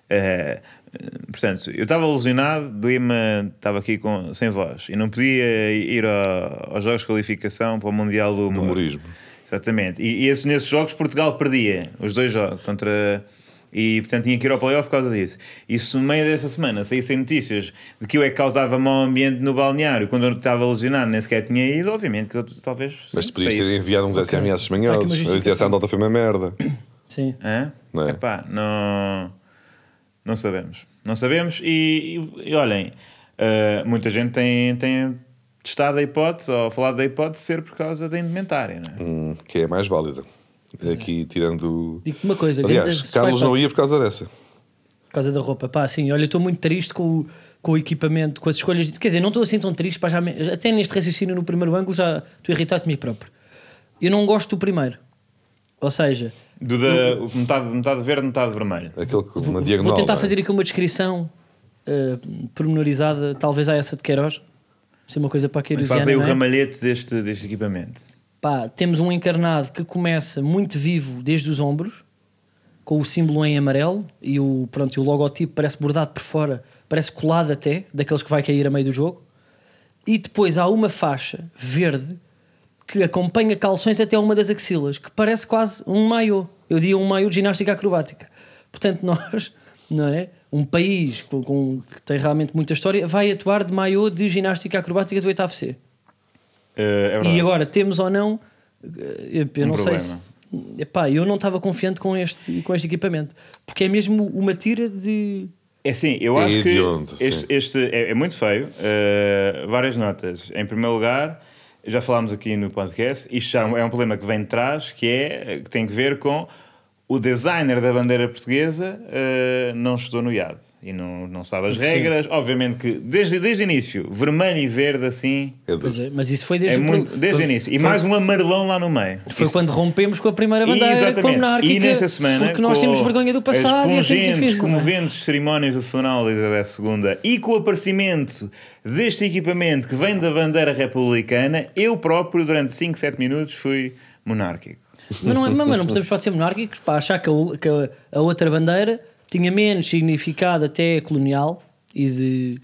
[SPEAKER 4] eh, eh, portanto, eu estava alucinado, doía-me, estava aqui com, sem voz e não podia ir ao- aos Jogos de Qualificação para o Mundial do
[SPEAKER 1] Do
[SPEAKER 4] Humor.
[SPEAKER 1] humorismo.
[SPEAKER 4] Exatamente. E, e esses- nesses jogos Portugal perdia os dois jogos contra. E portanto tinha que ir ao playoff por causa disso. E se no meio dessa semana saíssem notícias de que eu é que causava mau ambiente no balneário quando eu estava lesionado, nem sequer tinha ido, obviamente que eu talvez.
[SPEAKER 1] Mas
[SPEAKER 4] sim,
[SPEAKER 1] tu podias
[SPEAKER 4] saísse.
[SPEAKER 1] ter enviado uns SMS
[SPEAKER 2] Está Tá aqui uma
[SPEAKER 1] espanhóis. Eu dizia
[SPEAKER 2] justificação.
[SPEAKER 1] a Sandota foi é uma merda.
[SPEAKER 2] Sim.
[SPEAKER 4] Hã?
[SPEAKER 1] Não é?
[SPEAKER 4] Epá, não, não sabemos. Não sabemos e, e- e olhem, ah, muita gente tem, tem testado a hipótese ou falado da hipótese de ser por causa da indumentária, não é?
[SPEAKER 1] Hum, que é a mais válida. Aqui tirando.
[SPEAKER 2] é. Digo-te uma coisa,
[SPEAKER 1] Aliás,
[SPEAKER 2] grande-
[SPEAKER 1] Carlos
[SPEAKER 2] Spike-
[SPEAKER 1] não ia por causa dessa.
[SPEAKER 2] Por causa da roupa. Pá, assim, olha, eu estou muito triste com o, com o equipamento, com as escolhas. Quer dizer, não estou assim tão triste, pá, já me- já- até neste raciocínio no primeiro ângulo já estou irritado comigo próprio. Eu não gosto do primeiro. Ou seja,
[SPEAKER 4] Do da, o metade, metade verde, metade vermelho.
[SPEAKER 1] Aquele que uma
[SPEAKER 2] vou
[SPEAKER 1] diagonal.
[SPEAKER 2] tentar
[SPEAKER 1] não é?
[SPEAKER 2] fazer aqui uma descrição eh, pormenorizada, talvez a essa de Queiroz. Isso é uma coisa para a Queirosiana,
[SPEAKER 4] Faz aí o
[SPEAKER 2] não é?
[SPEAKER 4] ramalhete deste, deste equipamento.
[SPEAKER 2] Pá, temos um encarnado que começa muito vivo desde os ombros, com o símbolo em amarelo e o, pronto, e o logotipo parece bordado por fora, parece colado até, daqueles que vai cair a meio do jogo. E depois há uma faixa verde que acompanha calções até uma das axilas, que parece quase um maiô. Eu diria um maiô de ginástica acrobática. Portanto, (laughs) nós, não é? Um país com, com- que tem realmente muita história vai atuar de maiô de ginástica acrobática do 8 C.
[SPEAKER 4] Eh, é verdade.
[SPEAKER 2] E agora temos ou não Eu, eu
[SPEAKER 4] Um
[SPEAKER 2] não
[SPEAKER 4] problema.
[SPEAKER 2] sei se. Epá, eu não estava confiante com este, com este equipamento. Porque é mesmo uma tira de.
[SPEAKER 4] É sim, eu
[SPEAKER 1] É
[SPEAKER 4] acho
[SPEAKER 1] hediondo,
[SPEAKER 4] que este,
[SPEAKER 1] sim.
[SPEAKER 4] este é, é muito feio. Uh, várias notas. Em primeiro lugar, já falámos aqui no podcast, isto já é um problema que vem de trás, que, é, que tem que ver com o designer da bandeira portuguesa uh, não estudou no IAD e não, não sabe as
[SPEAKER 2] Sim.
[SPEAKER 4] regras. Obviamente que desde, desde o início, vermelho e verde assim,
[SPEAKER 1] É duro.
[SPEAKER 2] Pois é, mas isso foi
[SPEAKER 4] é
[SPEAKER 2] desde, o
[SPEAKER 4] muito,
[SPEAKER 2] prim-
[SPEAKER 4] desde
[SPEAKER 2] foi-
[SPEAKER 4] o início. E
[SPEAKER 2] foi-
[SPEAKER 4] mais um amarelão lá no meio.
[SPEAKER 2] Foi
[SPEAKER 4] Isso-
[SPEAKER 2] quando rompemos com a primeira bandeira
[SPEAKER 4] Exatamente.
[SPEAKER 2] monárquica.
[SPEAKER 4] E nessa semana,
[SPEAKER 2] porque nós
[SPEAKER 4] com
[SPEAKER 2] temos vergonha do passado
[SPEAKER 4] As
[SPEAKER 2] e assim
[SPEAKER 4] pungentes,
[SPEAKER 2] difícil. não é?
[SPEAKER 4] comoventes cerimónias do funeral de Elizabeth II e com o aparecimento deste equipamento que vem da bandeira republicana, eu próprio, durante 5, 7 minutos, fui monárquico.
[SPEAKER 2] Mas não, é- mas não precisamos só de ser monárquicos para achar que a, ul- que a- a outra bandeira tinha menos significado até colonial e de.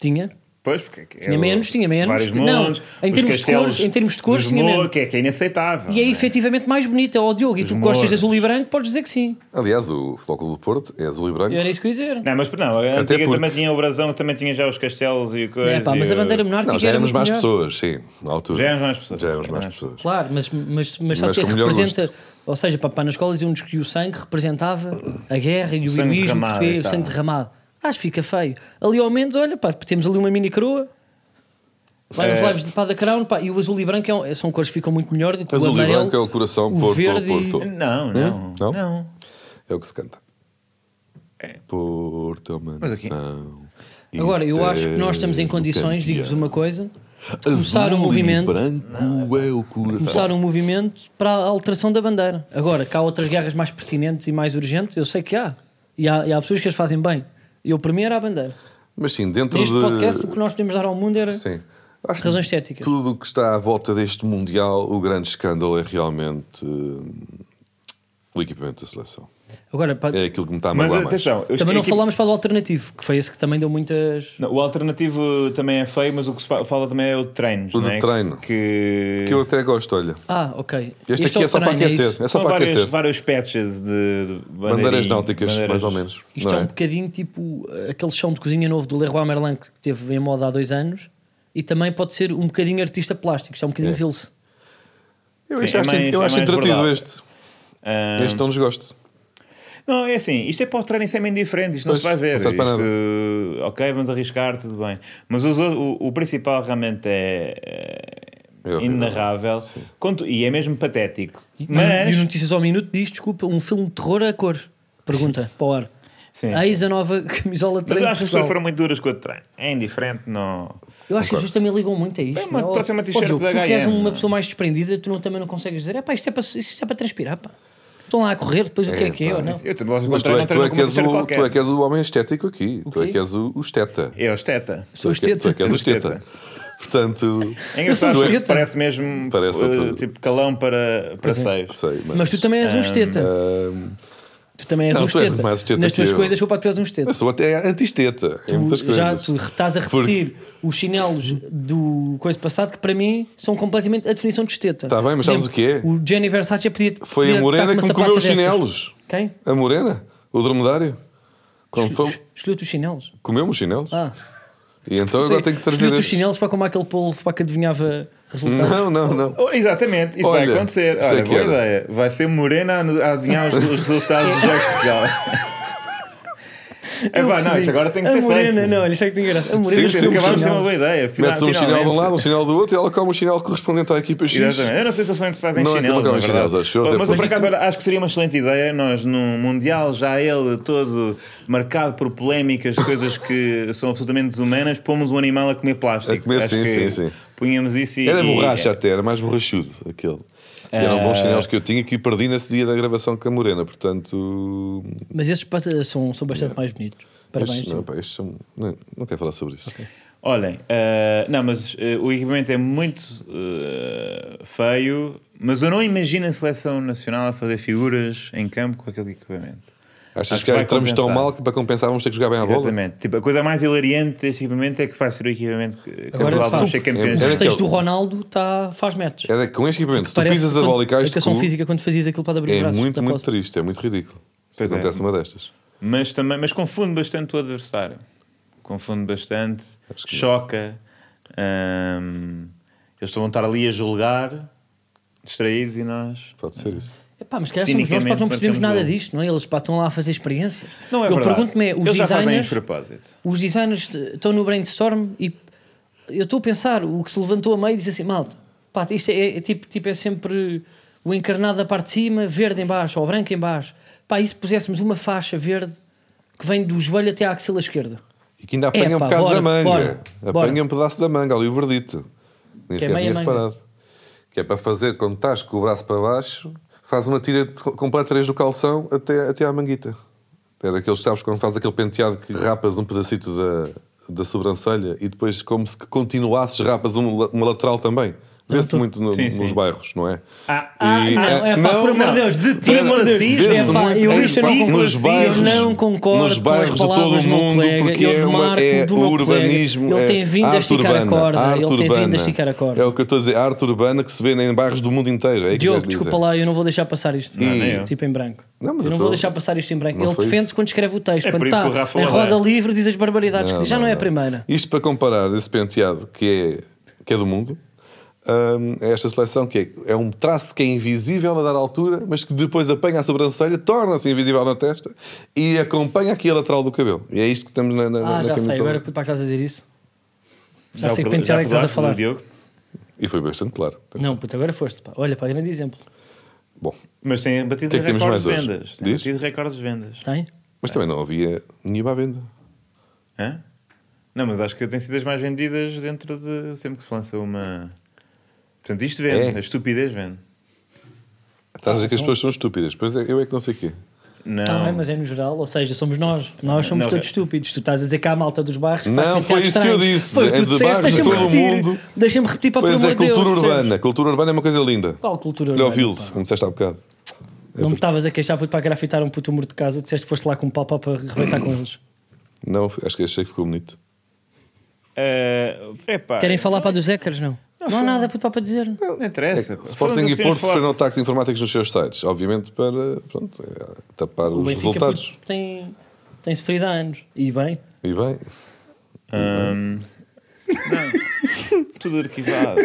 [SPEAKER 2] Tinha.
[SPEAKER 4] Pois, porque é que
[SPEAKER 2] Tinha
[SPEAKER 4] é o-
[SPEAKER 2] menos, tinha menos.
[SPEAKER 4] Vários
[SPEAKER 2] Não,
[SPEAKER 4] montes,
[SPEAKER 2] em
[SPEAKER 4] os
[SPEAKER 2] termos de
[SPEAKER 4] castelos
[SPEAKER 2] cores- em termos de cores,
[SPEAKER 4] dos
[SPEAKER 2] tinha
[SPEAKER 4] Moro,
[SPEAKER 2] menos.
[SPEAKER 4] que é, que é inaceitável.
[SPEAKER 2] E é
[SPEAKER 4] não
[SPEAKER 2] efetivamente mais bonita. Ó Diogo, e tu que gostas de
[SPEAKER 4] mouros.
[SPEAKER 2] azul e branco, podes dizer que sim.
[SPEAKER 1] Aliás, o Flóculo do Porto é azul e branco.
[SPEAKER 2] Eu era isso que eu ia dizer.
[SPEAKER 4] Não, mas não, a antiga
[SPEAKER 1] porque-
[SPEAKER 4] também tinha o brasão, também tinha já os castelos e coisas.
[SPEAKER 2] É, pá, mas
[SPEAKER 4] e
[SPEAKER 2] a bandeira
[SPEAKER 4] o-
[SPEAKER 2] monárquica
[SPEAKER 1] Não, já
[SPEAKER 2] era
[SPEAKER 1] éramos
[SPEAKER 2] muito
[SPEAKER 1] mais
[SPEAKER 2] melhor.
[SPEAKER 1] pessoas, sim, na altura.
[SPEAKER 4] Já éramos mais pessoas.
[SPEAKER 1] Já éramos mais pessoas.
[SPEAKER 2] Claro, mas, mas, mas
[SPEAKER 1] Mas
[SPEAKER 2] sabes o que é
[SPEAKER 1] com
[SPEAKER 2] que
[SPEAKER 1] melhor
[SPEAKER 2] representa?
[SPEAKER 1] gosto.
[SPEAKER 2] Ou seja, para, para nas escolas iam-nos que o sangue representava a guerra e o
[SPEAKER 4] sangue
[SPEAKER 2] heroísmo
[SPEAKER 4] derramado e
[SPEAKER 2] português, o
[SPEAKER 4] tal.
[SPEAKER 2] sangue derramado. Acho que fica feio. Ali ao menos, olha, pá, temos ali uma mini coroa. Vai uns
[SPEAKER 4] É.
[SPEAKER 2] lives de pá da crown, pá, e o azul e branco é um- são cores que ficam muito melhor do que o
[SPEAKER 1] Azul e
[SPEAKER 2] amarelo.
[SPEAKER 1] branco é o coração,
[SPEAKER 2] o
[SPEAKER 1] Porto,
[SPEAKER 2] verde e-
[SPEAKER 1] Porto.
[SPEAKER 4] Não, não,
[SPEAKER 1] Hum? Não?
[SPEAKER 4] não.
[SPEAKER 1] É o que se canta.
[SPEAKER 4] É.
[SPEAKER 1] Porto é uma
[SPEAKER 4] Mas aqui-
[SPEAKER 1] nação
[SPEAKER 2] Agora, eu acho que nós estamos em condições, digo-vos uma coisa, começar um movimento.
[SPEAKER 1] branco é o coração.
[SPEAKER 2] começar um movimento para a alteração da bandeira. Agora, que há outras guerras mais pertinentes e mais urgentes, eu sei que há. E há, e há pessoas que as fazem bem. Eu, para mim, era a bandeira.
[SPEAKER 1] Mas sim, dentro
[SPEAKER 2] Neste
[SPEAKER 1] de...
[SPEAKER 2] podcast, o que nós podemos dar ao mundo era
[SPEAKER 1] Sim. Acho que
[SPEAKER 2] razões estéticas.
[SPEAKER 1] tudo o que está à volta deste Mundial, o grande escândalo é realmente hum, o equipamento da seleção.
[SPEAKER 2] Agora, pá,
[SPEAKER 1] É aquilo que me está a
[SPEAKER 4] Mas
[SPEAKER 1] magoar mais.
[SPEAKER 4] atenção, eu
[SPEAKER 2] também não
[SPEAKER 4] esque-
[SPEAKER 2] falámos para o alternativo, que foi esse que também deu muitas.
[SPEAKER 4] Não, o alternativo também é feio, mas o que se fa- fala também é o de treinos.
[SPEAKER 1] O
[SPEAKER 4] não
[SPEAKER 1] de
[SPEAKER 4] é?
[SPEAKER 1] treino.
[SPEAKER 4] Que,
[SPEAKER 1] Que eu até gosto, olha.
[SPEAKER 2] Ah, ok.
[SPEAKER 1] Este, aqui é só para
[SPEAKER 2] treino, é
[SPEAKER 1] aquecer.
[SPEAKER 2] isso?
[SPEAKER 1] É, só
[SPEAKER 4] são
[SPEAKER 1] para
[SPEAKER 4] vários,
[SPEAKER 1] aquecer.
[SPEAKER 4] vários patches de, de
[SPEAKER 1] Bandeiras
[SPEAKER 4] bandeirinha,
[SPEAKER 1] náuticas,
[SPEAKER 4] bandeiras-
[SPEAKER 1] mais ou menos.
[SPEAKER 2] Isto
[SPEAKER 1] não
[SPEAKER 2] é um
[SPEAKER 1] é?
[SPEAKER 2] bocadinho tipo uh, aquele chão de cozinha novo do Leroy Merlin que teve em moda há dois anos e também pode ser um bocadinho artista plástico. Isto é um bocadinho
[SPEAKER 1] É.
[SPEAKER 2] vilse.
[SPEAKER 1] Eu
[SPEAKER 4] Sim,
[SPEAKER 1] acho,
[SPEAKER 4] é mais-
[SPEAKER 1] eu
[SPEAKER 4] é
[SPEAKER 1] acho
[SPEAKER 4] mais
[SPEAKER 1] entretido
[SPEAKER 4] bordado.
[SPEAKER 1] este.
[SPEAKER 4] Ah,
[SPEAKER 1] Este é um não nos gosto.
[SPEAKER 4] não, é assim, isto é para o treino sem bem diferente, isto não
[SPEAKER 1] Pois,
[SPEAKER 4] se vai ver.
[SPEAKER 1] não serve para
[SPEAKER 4] isto, ok, vamos arriscar, tudo bem. Mas os outros- o, o principal realmente é, é
[SPEAKER 1] É horrível.
[SPEAKER 4] inarrável Conto- e é mesmo patético.
[SPEAKER 2] E
[SPEAKER 4] Mas,
[SPEAKER 2] o Notícias ao Minuto diz: desculpa, um filme de terror a cor. Pergunta para o ar.
[SPEAKER 4] Sim.
[SPEAKER 2] Eis a nova (laughs) camisola de treino de
[SPEAKER 4] mas eu acho que as
[SPEAKER 2] Portugal.
[SPEAKER 4] pessoas foram muito duras com o treino. É indiferente, não.
[SPEAKER 2] Eu acho que as pessoas também ligam muito a isto.
[SPEAKER 4] É uma-
[SPEAKER 2] não é?
[SPEAKER 4] pode ser uma
[SPEAKER 2] Ó,
[SPEAKER 4] t-shirt
[SPEAKER 2] Diogo,
[SPEAKER 4] da
[SPEAKER 2] Tu que és
[SPEAKER 4] H&M,
[SPEAKER 2] uma
[SPEAKER 4] não é?
[SPEAKER 2] pessoa mais desprendida, tu não, também não consegues dizer, é pá, isto é para, isto é para transpirar, pá. Estão lá a correr, depois o que é que é,
[SPEAKER 1] pá,
[SPEAKER 2] ou não?
[SPEAKER 4] Eu também gosto de
[SPEAKER 1] Mas tu
[SPEAKER 4] treino,
[SPEAKER 1] é,
[SPEAKER 4] não
[SPEAKER 1] tu,
[SPEAKER 4] treino
[SPEAKER 1] é
[SPEAKER 4] com
[SPEAKER 1] que
[SPEAKER 4] uma
[SPEAKER 1] és
[SPEAKER 4] t-shirt
[SPEAKER 1] o,
[SPEAKER 4] qualquer.
[SPEAKER 1] tu é que és o homem estético aqui. Tu é
[SPEAKER 2] quê?
[SPEAKER 1] que és o, o esteta.
[SPEAKER 4] É o esteta.
[SPEAKER 2] Sou
[SPEAKER 1] tu, é que, tu é que és o
[SPEAKER 4] Esteta.
[SPEAKER 1] esteta. Portanto,
[SPEAKER 4] É engraçado,
[SPEAKER 2] sou
[SPEAKER 4] porque
[SPEAKER 2] esteta.
[SPEAKER 4] parece mesmo
[SPEAKER 1] Parece
[SPEAKER 4] uh,
[SPEAKER 1] outro-
[SPEAKER 4] tipo calão para, para seios.
[SPEAKER 1] sei, mas,
[SPEAKER 2] Mas tu também és um esteta.
[SPEAKER 1] hum,
[SPEAKER 2] Tu também és
[SPEAKER 1] não,
[SPEAKER 2] um
[SPEAKER 1] tu és
[SPEAKER 2] esteta.
[SPEAKER 1] mais esteta
[SPEAKER 2] Nas
[SPEAKER 1] que
[SPEAKER 2] tuas
[SPEAKER 1] eu.
[SPEAKER 2] coisas, opa, tu és um esteta.
[SPEAKER 1] eu sou até anti-esteta em muitas
[SPEAKER 2] Tu,
[SPEAKER 1] coisas.
[SPEAKER 2] já tu estás a repetir os chinelos do coisa passado que para mim são completamente a definição de esteta.
[SPEAKER 1] Tá bem, mas
[SPEAKER 2] Por
[SPEAKER 1] sabes
[SPEAKER 2] exemplo,
[SPEAKER 1] o que é?
[SPEAKER 2] O Jenny Versace podia
[SPEAKER 1] Foi
[SPEAKER 2] podia
[SPEAKER 1] a Morena
[SPEAKER 2] estar com
[SPEAKER 1] que
[SPEAKER 2] uma
[SPEAKER 1] me comeu os
[SPEAKER 2] sapata dessas.
[SPEAKER 1] chinelos.
[SPEAKER 2] Quem?
[SPEAKER 1] A Morena, o dromedário. Quando foi-
[SPEAKER 2] Escolheu-te os chinelos.
[SPEAKER 1] Comeu-me os chinelos.
[SPEAKER 2] Ah.
[SPEAKER 1] E então agora tenho que trazer.
[SPEAKER 2] Escolheu-te os
[SPEAKER 1] estes.
[SPEAKER 2] chinelos para como aquele polvo para que adivinhava resultados.
[SPEAKER 1] Não, não, não.
[SPEAKER 4] Oh, exatamente, isso vai
[SPEAKER 1] Olha,
[SPEAKER 4] acontecer.
[SPEAKER 1] sei
[SPEAKER 4] Olha,
[SPEAKER 1] que
[SPEAKER 4] boa
[SPEAKER 1] era.
[SPEAKER 4] ideia. Vai ser Morena a anu- a adivinhar os, os resultados dos Jogos de Portugal. É
[SPEAKER 2] Eu
[SPEAKER 4] pá, não,
[SPEAKER 2] percebi.
[SPEAKER 4] isto agora tem que
[SPEAKER 2] a
[SPEAKER 4] ser
[SPEAKER 2] morena,
[SPEAKER 4] feito.
[SPEAKER 2] Não, olha, isso é que tem um graça. A morena
[SPEAKER 1] Sim,
[SPEAKER 2] sim,
[SPEAKER 1] sim,
[SPEAKER 4] Acabámos de ter uma
[SPEAKER 2] sim,
[SPEAKER 4] boa ideia. Fina-
[SPEAKER 1] Metes um chinelo de um
[SPEAKER 4] finalmente.
[SPEAKER 1] lado, um chinelo do outro e ela come o chinelo correspondente à equipa X.
[SPEAKER 4] Exatamente. Eu não sei se eles são interessados em
[SPEAKER 1] Não, eu
[SPEAKER 4] chinelos,
[SPEAKER 1] nunca
[SPEAKER 4] na
[SPEAKER 1] vi
[SPEAKER 4] verdade.
[SPEAKER 1] chinelos, acho eu,
[SPEAKER 4] Oh,
[SPEAKER 1] até
[SPEAKER 4] Mas eu, por
[SPEAKER 1] porque-
[SPEAKER 4] acaso olha, acho que seria uma excelente ideia nós num Mundial já ele todo marcado por polémicas, coisas que são absolutamente desumanas, pomos um animal a comer plástico.
[SPEAKER 1] A comer,
[SPEAKER 4] acho
[SPEAKER 1] sim, sim,
[SPEAKER 4] que
[SPEAKER 1] sim.
[SPEAKER 4] Punhamos isso e...
[SPEAKER 1] Era
[SPEAKER 4] e-
[SPEAKER 1] borracha até, era mais borrachudo aquele. E eram bons chinelos que eu tinha que perdi nesse dia da gravação com a Morena, portanto.
[SPEAKER 2] Mas esses passa- são, são bastante mais bonitos. Parabéns.
[SPEAKER 1] estes, não, pá, estes são- não, não quero falar sobre isso.
[SPEAKER 4] Olhem, eh, não, mas eh, o equipamento é muito eh, feio, mas eu não imagino a seleção nacional a fazer figuras em campo com aquele equipamento.
[SPEAKER 1] Achas
[SPEAKER 4] Acho
[SPEAKER 1] que,
[SPEAKER 4] que vai
[SPEAKER 1] entramos tão
[SPEAKER 4] compensar.
[SPEAKER 1] mal que para compensar vamos ter que jogar bem à bola?
[SPEAKER 4] Exatamente. Tipo, a coisa mais hilariante deste equipamento é que vai ser o equipamento que que
[SPEAKER 2] Agora,
[SPEAKER 4] Portugal
[SPEAKER 2] sabe,
[SPEAKER 4] vamos ser
[SPEAKER 2] O
[SPEAKER 4] campeões.
[SPEAKER 1] Era
[SPEAKER 2] festejo do
[SPEAKER 1] aquele-
[SPEAKER 2] Ronaldo tá, faz metros.
[SPEAKER 1] Era com este equipamento, se É, tu
[SPEAKER 2] Parece
[SPEAKER 1] pisas a
[SPEAKER 2] quando-
[SPEAKER 1] bola e cais de
[SPEAKER 2] educação
[SPEAKER 1] cu,
[SPEAKER 2] física quando fazias aquilo para abrir
[SPEAKER 1] é
[SPEAKER 2] braços.
[SPEAKER 1] muito,
[SPEAKER 2] da
[SPEAKER 1] muito
[SPEAKER 2] posse.
[SPEAKER 1] triste, é muito ridículo. Se
[SPEAKER 4] Pois é.
[SPEAKER 1] acontece uma destas.
[SPEAKER 4] Mas, também, mas confunde bastante o adversário. Confunde bastante, ehm, choca. Ahm, eles vão estar ali a julgar distraídos e nós.
[SPEAKER 1] Pode ser isso.
[SPEAKER 2] Epá, mas calhar somos nós pá, que não
[SPEAKER 4] Cinicamente,
[SPEAKER 2] percebemos
[SPEAKER 4] marcamos
[SPEAKER 2] nada
[SPEAKER 4] gol.
[SPEAKER 2] disto, não é? Eles pá, estão lá a fazer experiências.
[SPEAKER 4] Não é
[SPEAKER 2] eu
[SPEAKER 4] verdade.
[SPEAKER 2] pergunto-me, é, os
[SPEAKER 4] Eles já fazem
[SPEAKER 2] designers,
[SPEAKER 4] isso de propósito.
[SPEAKER 2] os designers t- estão no brainstorm e eu estou a pensar, o que se levantou a meio diz assim, malta, pá, isto é, é tipo, tipo, é sempre o encarnado da parte de cima, verde em baixo, ou branco em baixo. Pá, e se puséssemos uma faixa verde que vem do joelho até à axila esquerda?
[SPEAKER 1] E que ainda apanha um
[SPEAKER 2] Epá,
[SPEAKER 1] bocado
[SPEAKER 2] bora,
[SPEAKER 1] da manga.
[SPEAKER 2] bora,
[SPEAKER 1] apanha
[SPEAKER 2] bora.
[SPEAKER 1] um pedaço da manga, ali o verdito. Nem
[SPEAKER 2] Que é
[SPEAKER 1] sequer
[SPEAKER 2] meia
[SPEAKER 1] tinha
[SPEAKER 2] manga.
[SPEAKER 1] reparado. Que é para fazer, quando estás com o braço para baixo, faz uma tira de- completa desde o calção até, até à manguita. É daqueles, sabes, quando faz aquele penteado que rapas um pedacito da, da sobrancelha e depois, como se que continuasses, rapas um la- uma lateral também. Vê-se
[SPEAKER 2] tô-
[SPEAKER 1] muito no-
[SPEAKER 4] Sim,
[SPEAKER 1] nos
[SPEAKER 4] sim.
[SPEAKER 1] bairros, não é?
[SPEAKER 4] Ah,
[SPEAKER 2] ah, não, é pá, por amor de Deus,
[SPEAKER 4] detinha o racismo.
[SPEAKER 1] Vê-se
[SPEAKER 2] É pá,
[SPEAKER 1] muito
[SPEAKER 2] eu
[SPEAKER 1] em-
[SPEAKER 2] isto eu não concordo.
[SPEAKER 1] nos
[SPEAKER 2] Eu
[SPEAKER 1] bairros,
[SPEAKER 2] não concordo
[SPEAKER 1] nos
[SPEAKER 2] com
[SPEAKER 1] bairros
[SPEAKER 2] as
[SPEAKER 1] de todo
[SPEAKER 2] palavras
[SPEAKER 1] o
[SPEAKER 2] do meu
[SPEAKER 1] mundo,
[SPEAKER 2] colega,
[SPEAKER 1] porque
[SPEAKER 2] eles
[SPEAKER 1] é, uma,
[SPEAKER 2] marcam
[SPEAKER 1] é
[SPEAKER 2] do meu
[SPEAKER 1] o urbanismo.
[SPEAKER 2] colega. Ele
[SPEAKER 1] é
[SPEAKER 2] tem vindo a
[SPEAKER 1] arte
[SPEAKER 2] esticar a
[SPEAKER 1] urbana,
[SPEAKER 2] corda,
[SPEAKER 1] arte
[SPEAKER 2] ele tem vindo a
[SPEAKER 1] urbana.
[SPEAKER 2] esticar a corda.
[SPEAKER 1] É o que eu estou a dizer, a arte urbana que se vê em bairros do mundo inteiro. É isso que eu
[SPEAKER 2] Diogo,
[SPEAKER 1] quero dizer.
[SPEAKER 2] desculpa lá, eu não vou deixar passar isto.
[SPEAKER 4] Não, nem eu.
[SPEAKER 2] Tipo em branco.
[SPEAKER 1] Não, mas
[SPEAKER 2] eu
[SPEAKER 1] eu
[SPEAKER 2] não
[SPEAKER 1] tô-
[SPEAKER 2] vou deixar passar isto em branco.
[SPEAKER 1] Não
[SPEAKER 2] Ele
[SPEAKER 1] foi
[SPEAKER 2] defende-se
[SPEAKER 1] isso.
[SPEAKER 2] quando escreve o texto.
[SPEAKER 4] É
[SPEAKER 2] quando
[SPEAKER 4] por isso
[SPEAKER 2] está
[SPEAKER 4] que o Rafa
[SPEAKER 2] em
[SPEAKER 4] odeia.
[SPEAKER 2] roda livre, diz as barbaridades que diz. Já não, é a primeira.
[SPEAKER 1] Isto para comparar esse penteado que é, que é do mundo, hum, é esta seleção que é, é um traço que é invisível a dar altura, mas que depois apanha a sobrancelha, torna-se invisível na testa e acompanha aqui a lateral do cabelo. E é isto que estamos na, na, na
[SPEAKER 2] Ah, já sei.
[SPEAKER 1] camisola.
[SPEAKER 2] Agora para que estás a dizer isso? Já, sei que
[SPEAKER 4] perdo-
[SPEAKER 2] penteado é que estás a
[SPEAKER 4] perdoaste
[SPEAKER 2] falar.
[SPEAKER 4] do Diogo?
[SPEAKER 1] E foi bastante claro.
[SPEAKER 2] Não, puto, agora foste. Pá. Olha, pá, grande exemplo.
[SPEAKER 1] Bom,
[SPEAKER 4] Mas tem batido
[SPEAKER 1] que é que temos
[SPEAKER 4] recordes de
[SPEAKER 1] mais hoje?
[SPEAKER 4] vendas. Tem
[SPEAKER 1] Diz?
[SPEAKER 4] batido recordes de vendas.
[SPEAKER 2] Tem?
[SPEAKER 1] mas também não havia nenhuma à venda.
[SPEAKER 4] Hã? Não, mas acho que tem sido as mais vendidas dentro de. Sempre que se lança uma. Portanto, isto vende,
[SPEAKER 1] É.
[SPEAKER 4] a estupidez vende.
[SPEAKER 1] Estás a dizer que as pessoas são estúpidas, pois é, eu é que não sei o quê.
[SPEAKER 4] Não.
[SPEAKER 2] Está bem, mas é no geral. Ou seja, somos nós. Nós somos
[SPEAKER 4] Não,
[SPEAKER 2] todos
[SPEAKER 4] é-
[SPEAKER 2] estúpidos. Tu estás a dizer que há a malta dos bairros que faz
[SPEAKER 1] Não,
[SPEAKER 2] penteados
[SPEAKER 1] foi isso que eu
[SPEAKER 2] estranhos.
[SPEAKER 1] disse.
[SPEAKER 2] Foi o que
[SPEAKER 1] É
[SPEAKER 2] tu
[SPEAKER 1] de
[SPEAKER 2] disseste.
[SPEAKER 1] bairros de
[SPEAKER 2] Deixa-me
[SPEAKER 1] todo o
[SPEAKER 2] repetir.
[SPEAKER 1] mundo.
[SPEAKER 2] Deixa-me repetir para o
[SPEAKER 1] Pois
[SPEAKER 2] amor
[SPEAKER 1] é,
[SPEAKER 2] de Deus.
[SPEAKER 1] cultura
[SPEAKER 2] percebes?
[SPEAKER 1] urbana. Cultura urbana é uma coisa linda.
[SPEAKER 2] Qual cultura
[SPEAKER 1] Olha
[SPEAKER 2] urbana?
[SPEAKER 1] o Vils,
[SPEAKER 2] pá?
[SPEAKER 1] como disseste há bocado.
[SPEAKER 2] Não me estavas a queixar puto, para grafitar um puto muro de casa, disseste que foste lá com um pau pá, para arrebentar com eles.
[SPEAKER 1] Não, acho que achei que ficou bonito.
[SPEAKER 4] Ah, epá,
[SPEAKER 2] Querem falar para dos Zekers, não? Não há nada puto, pá, para dizer.
[SPEAKER 1] É,
[SPEAKER 4] Não interessa. pá.
[SPEAKER 1] Sporting
[SPEAKER 4] Falamos
[SPEAKER 1] e
[SPEAKER 4] assim,
[SPEAKER 1] Porto
[SPEAKER 4] falar-
[SPEAKER 1] sofreram ataques informáticos nos seus sites, obviamente para pronto, eh, tapar
[SPEAKER 2] O
[SPEAKER 1] os
[SPEAKER 2] Benfica
[SPEAKER 1] resultados.
[SPEAKER 2] puto, tem, tem sofrido há anos. E bem,
[SPEAKER 1] E bem, (laughs)
[SPEAKER 4] Ahm, Hum, não. (laughs) Tudo arquivado.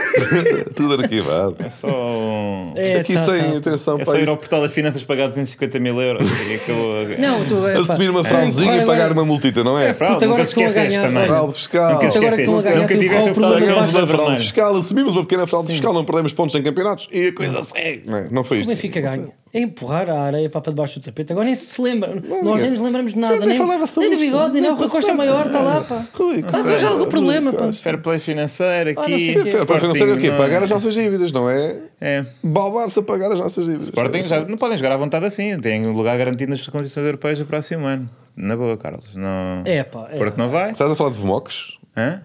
[SPEAKER 1] tudo arquivado.
[SPEAKER 4] É só.
[SPEAKER 2] (laughs) É,
[SPEAKER 1] Isto aqui
[SPEAKER 2] tá,
[SPEAKER 1] sem
[SPEAKER 2] tá.
[SPEAKER 1] atenção
[SPEAKER 4] É só
[SPEAKER 1] para
[SPEAKER 4] ir ao
[SPEAKER 1] isto.
[SPEAKER 4] portal das finanças pagados em 50 mil euros. E acabou.
[SPEAKER 2] Não, tu agora. pá,
[SPEAKER 1] Assumir uma
[SPEAKER 2] puto,
[SPEAKER 1] fraudezinha e
[SPEAKER 2] agora-
[SPEAKER 1] pagar uma multita, não é?
[SPEAKER 4] É fraude,
[SPEAKER 2] Puta, agora
[SPEAKER 4] nunca
[SPEAKER 2] que estão
[SPEAKER 4] te
[SPEAKER 2] a
[SPEAKER 4] esqueces
[SPEAKER 2] ganhar,
[SPEAKER 4] também.
[SPEAKER 2] olha.
[SPEAKER 1] Fraude fiscal.
[SPEAKER 4] Nunca te
[SPEAKER 2] Agora que
[SPEAKER 4] esqueces.
[SPEAKER 2] estão a ganhar, tu-
[SPEAKER 4] Nunca
[SPEAKER 2] qual
[SPEAKER 4] tiveste
[SPEAKER 2] o
[SPEAKER 4] o portal
[SPEAKER 2] um problema
[SPEAKER 4] das
[SPEAKER 2] das
[SPEAKER 1] Fraude
[SPEAKER 4] finanças
[SPEAKER 1] fiscal, assumimos uma pequena fraude fiscal, não perdemos pontos em campeonatos e a coisa segue. Não, é? Não foi
[SPEAKER 2] O
[SPEAKER 1] isto.
[SPEAKER 2] Benfica ganha. É empurrar a areia pá, para debaixo do tapete. Agora nem se lembra. Nós nem
[SPEAKER 1] ninguém.
[SPEAKER 2] nos lembramos de nada.
[SPEAKER 1] nem falava sobre
[SPEAKER 2] nem do
[SPEAKER 1] isto,
[SPEAKER 2] bigode, nem
[SPEAKER 1] nem
[SPEAKER 2] não. O Rui Costa é
[SPEAKER 1] passava.
[SPEAKER 2] maior está lá, pá.
[SPEAKER 1] Rui,
[SPEAKER 2] Ah, mas há algum problema, pá.
[SPEAKER 4] Fair play financeiro
[SPEAKER 2] Ah, não sei
[SPEAKER 4] aqui.
[SPEAKER 2] o quê.
[SPEAKER 1] Para para é, financeiro é o quê?
[SPEAKER 4] Sporting,
[SPEAKER 1] Pagar
[SPEAKER 4] não-
[SPEAKER 1] as nossas dívidas, não é?
[SPEAKER 4] É.
[SPEAKER 1] Balbar-se a pagar as nossas dívidas.
[SPEAKER 4] Sporting já não podem jogar à vontade assim. Têm lugar garantido nas competições europeias do próximo ano. Na boa, Carlos. Não...
[SPEAKER 2] É, pá, é.
[SPEAKER 4] Porto não vai?
[SPEAKER 1] Estás a falar de Vomocos?
[SPEAKER 4] Hã?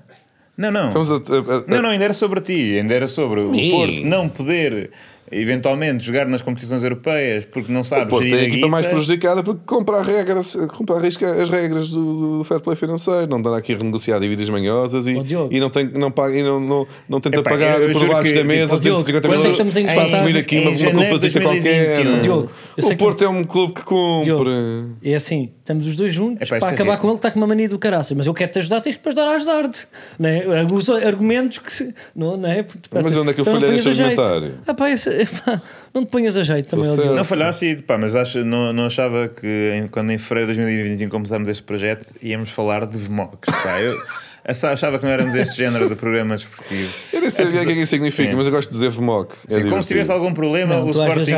[SPEAKER 4] Não, não.
[SPEAKER 1] Então- Estamos a- a- a-
[SPEAKER 4] Não, não, ainda era sobre ti, ainda era sobre o
[SPEAKER 1] Ih.
[SPEAKER 4] Porto não poder eventualmente jogar nas competições europeias porque não sabe
[SPEAKER 1] Pô,
[SPEAKER 4] gerir
[SPEAKER 1] tem é a equipa
[SPEAKER 4] guita.
[SPEAKER 1] mais prejudicada porque compra, a regra, compra a risca as regras do, do fair play financeiro, não dá aqui a renegociar dívidas manhosas e,
[SPEAKER 2] Ó, Diogo.
[SPEAKER 1] e não, tem, não, paga, e não, não, não tenta
[SPEAKER 4] Epá,
[SPEAKER 1] pagar
[SPEAKER 4] eu- eu
[SPEAKER 1] por
[SPEAKER 4] juro
[SPEAKER 1] baixo
[SPEAKER 4] que,
[SPEAKER 1] da
[SPEAKER 4] tipo,
[SPEAKER 1] mesa
[SPEAKER 2] ó, Diogo,
[SPEAKER 1] 250
[SPEAKER 2] quando
[SPEAKER 1] mil
[SPEAKER 2] estamos em
[SPEAKER 1] para assumir
[SPEAKER 2] desvantagem,
[SPEAKER 1] aqui uma,
[SPEAKER 4] em É
[SPEAKER 1] uma
[SPEAKER 4] janeiro de
[SPEAKER 1] culpazita
[SPEAKER 4] 2021.
[SPEAKER 1] qualquer.
[SPEAKER 2] Diogo, eu sei
[SPEAKER 1] o
[SPEAKER 2] que-
[SPEAKER 1] Porto é um clube que
[SPEAKER 2] Diogo,
[SPEAKER 1] cumpre.
[SPEAKER 2] é assim, estamos os dois juntos
[SPEAKER 4] eh, É pá, isto
[SPEAKER 2] para
[SPEAKER 4] é
[SPEAKER 2] acabar
[SPEAKER 4] ridículo.
[SPEAKER 2] com ele, está com uma mania do caraças, mas eu quero te ajudar, tens que depois dar a ajudar-te. Né? Os argumentos que se. Não, não é? Porque,
[SPEAKER 1] Mas onde é que eu
[SPEAKER 2] então não
[SPEAKER 1] falhei
[SPEAKER 2] ponhas
[SPEAKER 1] neste
[SPEAKER 2] a jeito.
[SPEAKER 1] argumentário?
[SPEAKER 2] Ah, pá, esse- (laughs) pá, não te ponhas a jeito também, ó,
[SPEAKER 1] certo.
[SPEAKER 2] Diogo.
[SPEAKER 4] Não falhaste, e, pá, mas acho, não, não achava que em- quando em fevereiro de 2021 começámos este projeto íamos falar de VMOX. Pá. Eu (laughs) essa- achava que não éramos este género de programa desportivo.
[SPEAKER 1] Eu nem sei o que é que isso significa,
[SPEAKER 4] Sim.
[SPEAKER 1] mas eu gosto de dizer VMOC. É
[SPEAKER 4] Sim, como
[SPEAKER 1] divertido.
[SPEAKER 4] se tivesse algum problema
[SPEAKER 2] Não,
[SPEAKER 4] o
[SPEAKER 2] tu às vezes
[SPEAKER 4] Sporting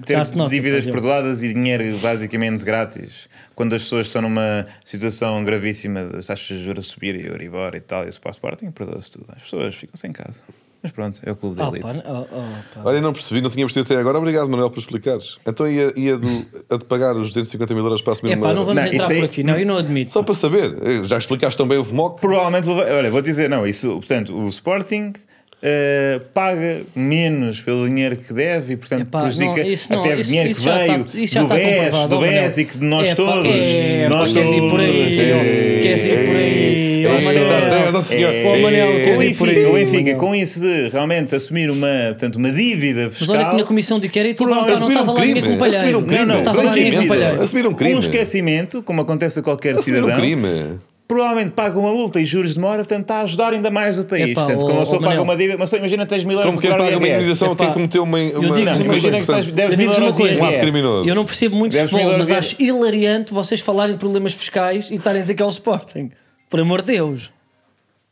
[SPEAKER 2] já-
[SPEAKER 4] ter
[SPEAKER 2] já se nota, tá,
[SPEAKER 4] dívidas
[SPEAKER 2] Diogo.
[SPEAKER 4] perdoadas e dinheiro basicamente grátis. Quando as pessoas estão numa situação gravíssima das taxas de juros a subir e Euribor e tal, e o Sporting perdoa-se tudo. As pessoas ficam sem casa. Mas pronto, é o clube da
[SPEAKER 2] Ah,
[SPEAKER 4] elite.
[SPEAKER 2] pá, oh, oh, pá.
[SPEAKER 1] Olha, não percebi, não tinha percebido até agora. Obrigado, Manuel, por explicares. Então ia, ia do- a de pagar os 250 mil euros para assumir
[SPEAKER 2] É pá,
[SPEAKER 1] uma-
[SPEAKER 2] não vamos
[SPEAKER 4] Não,
[SPEAKER 2] entrar
[SPEAKER 4] isso aí-
[SPEAKER 2] por aqui, não, eu não admito.
[SPEAKER 1] Só para saber, Eh, já explicaste também o VMOC.
[SPEAKER 4] Provavelmente, leva- olha, vou dizer, não, isso, portanto, o Sporting eh, paga menos pelo dinheiro que deve e, portanto,
[SPEAKER 2] Epá,
[SPEAKER 4] prejudica
[SPEAKER 2] não, isso não,
[SPEAKER 4] até o
[SPEAKER 2] isso-
[SPEAKER 4] dinheiro
[SPEAKER 2] isso
[SPEAKER 4] que
[SPEAKER 2] já
[SPEAKER 4] veio
[SPEAKER 2] está- isso já
[SPEAKER 4] do
[SPEAKER 2] está
[SPEAKER 4] BES,
[SPEAKER 2] comprovado,
[SPEAKER 4] do
[SPEAKER 2] ó,
[SPEAKER 4] BES
[SPEAKER 2] Manel.
[SPEAKER 4] e que de nós
[SPEAKER 2] Epá,
[SPEAKER 4] todos,
[SPEAKER 2] é, pá,
[SPEAKER 4] nós
[SPEAKER 2] queres ir por aí,
[SPEAKER 4] todos,
[SPEAKER 2] ó,
[SPEAKER 4] é.
[SPEAKER 2] queres ir por aí, ó,
[SPEAKER 4] Ei,
[SPEAKER 2] Manel.
[SPEAKER 4] está-
[SPEAKER 1] está- senhor.
[SPEAKER 4] é.
[SPEAKER 2] Ó, Manel, queres
[SPEAKER 4] Com
[SPEAKER 2] ir
[SPEAKER 4] isso,
[SPEAKER 2] por aí,
[SPEAKER 4] com
[SPEAKER 2] ó,
[SPEAKER 4] isso,
[SPEAKER 2] Manel.
[SPEAKER 4] com isso de realmente assumir uma, portanto, uma dívida fiscal.
[SPEAKER 2] Mas olha que na comissão de inquérito
[SPEAKER 4] Por
[SPEAKER 2] não,
[SPEAKER 4] não
[SPEAKER 2] não, não
[SPEAKER 1] assumir
[SPEAKER 2] estava
[SPEAKER 1] um
[SPEAKER 2] lá ninguém
[SPEAKER 1] crime,
[SPEAKER 2] com palheiro.
[SPEAKER 1] assumir um crime,
[SPEAKER 2] não estava lá ninguém com
[SPEAKER 1] tranquilo.
[SPEAKER 2] palheiro.
[SPEAKER 1] Assumir um crime.
[SPEAKER 4] esquecimento, como acontece a qualquer
[SPEAKER 1] Assumir um
[SPEAKER 4] cidadão.
[SPEAKER 1] crime.
[SPEAKER 4] provavelmente paga uma multa e juros de mora, portanto está a ajudar ainda mais o país.
[SPEAKER 2] Epá, oh,
[SPEAKER 4] portanto,
[SPEAKER 2] ó,
[SPEAKER 4] como a
[SPEAKER 2] ó,
[SPEAKER 4] pessoa paga
[SPEAKER 2] Manel.
[SPEAKER 4] uma dívida, mas só imagina que tens mil euros
[SPEAKER 1] Como quem
[SPEAKER 4] de
[SPEAKER 1] paga uma
[SPEAKER 4] IRS.
[SPEAKER 1] indenização a quem
[SPEAKER 2] Epá,
[SPEAKER 1] cometeu uma. uma
[SPEAKER 2] digo-vos
[SPEAKER 4] Não,
[SPEAKER 2] uma
[SPEAKER 4] imagina
[SPEAKER 2] coisa,
[SPEAKER 4] que tens
[SPEAKER 1] portanto,
[SPEAKER 4] 10 mil
[SPEAKER 2] digo-vos uma
[SPEAKER 4] euros de
[SPEAKER 2] coisa.
[SPEAKER 1] Um ato
[SPEAKER 4] IRS.
[SPEAKER 1] criminoso.
[SPEAKER 2] Eu não percebo muito de
[SPEAKER 4] Deve-se
[SPEAKER 2] futebol,
[SPEAKER 4] melhorar
[SPEAKER 1] um
[SPEAKER 2] mas
[SPEAKER 4] o
[SPEAKER 2] acho hilariante vocês falarem de problemas fiscais e estarem a dizer que é o Sporting. Por amor de Deus.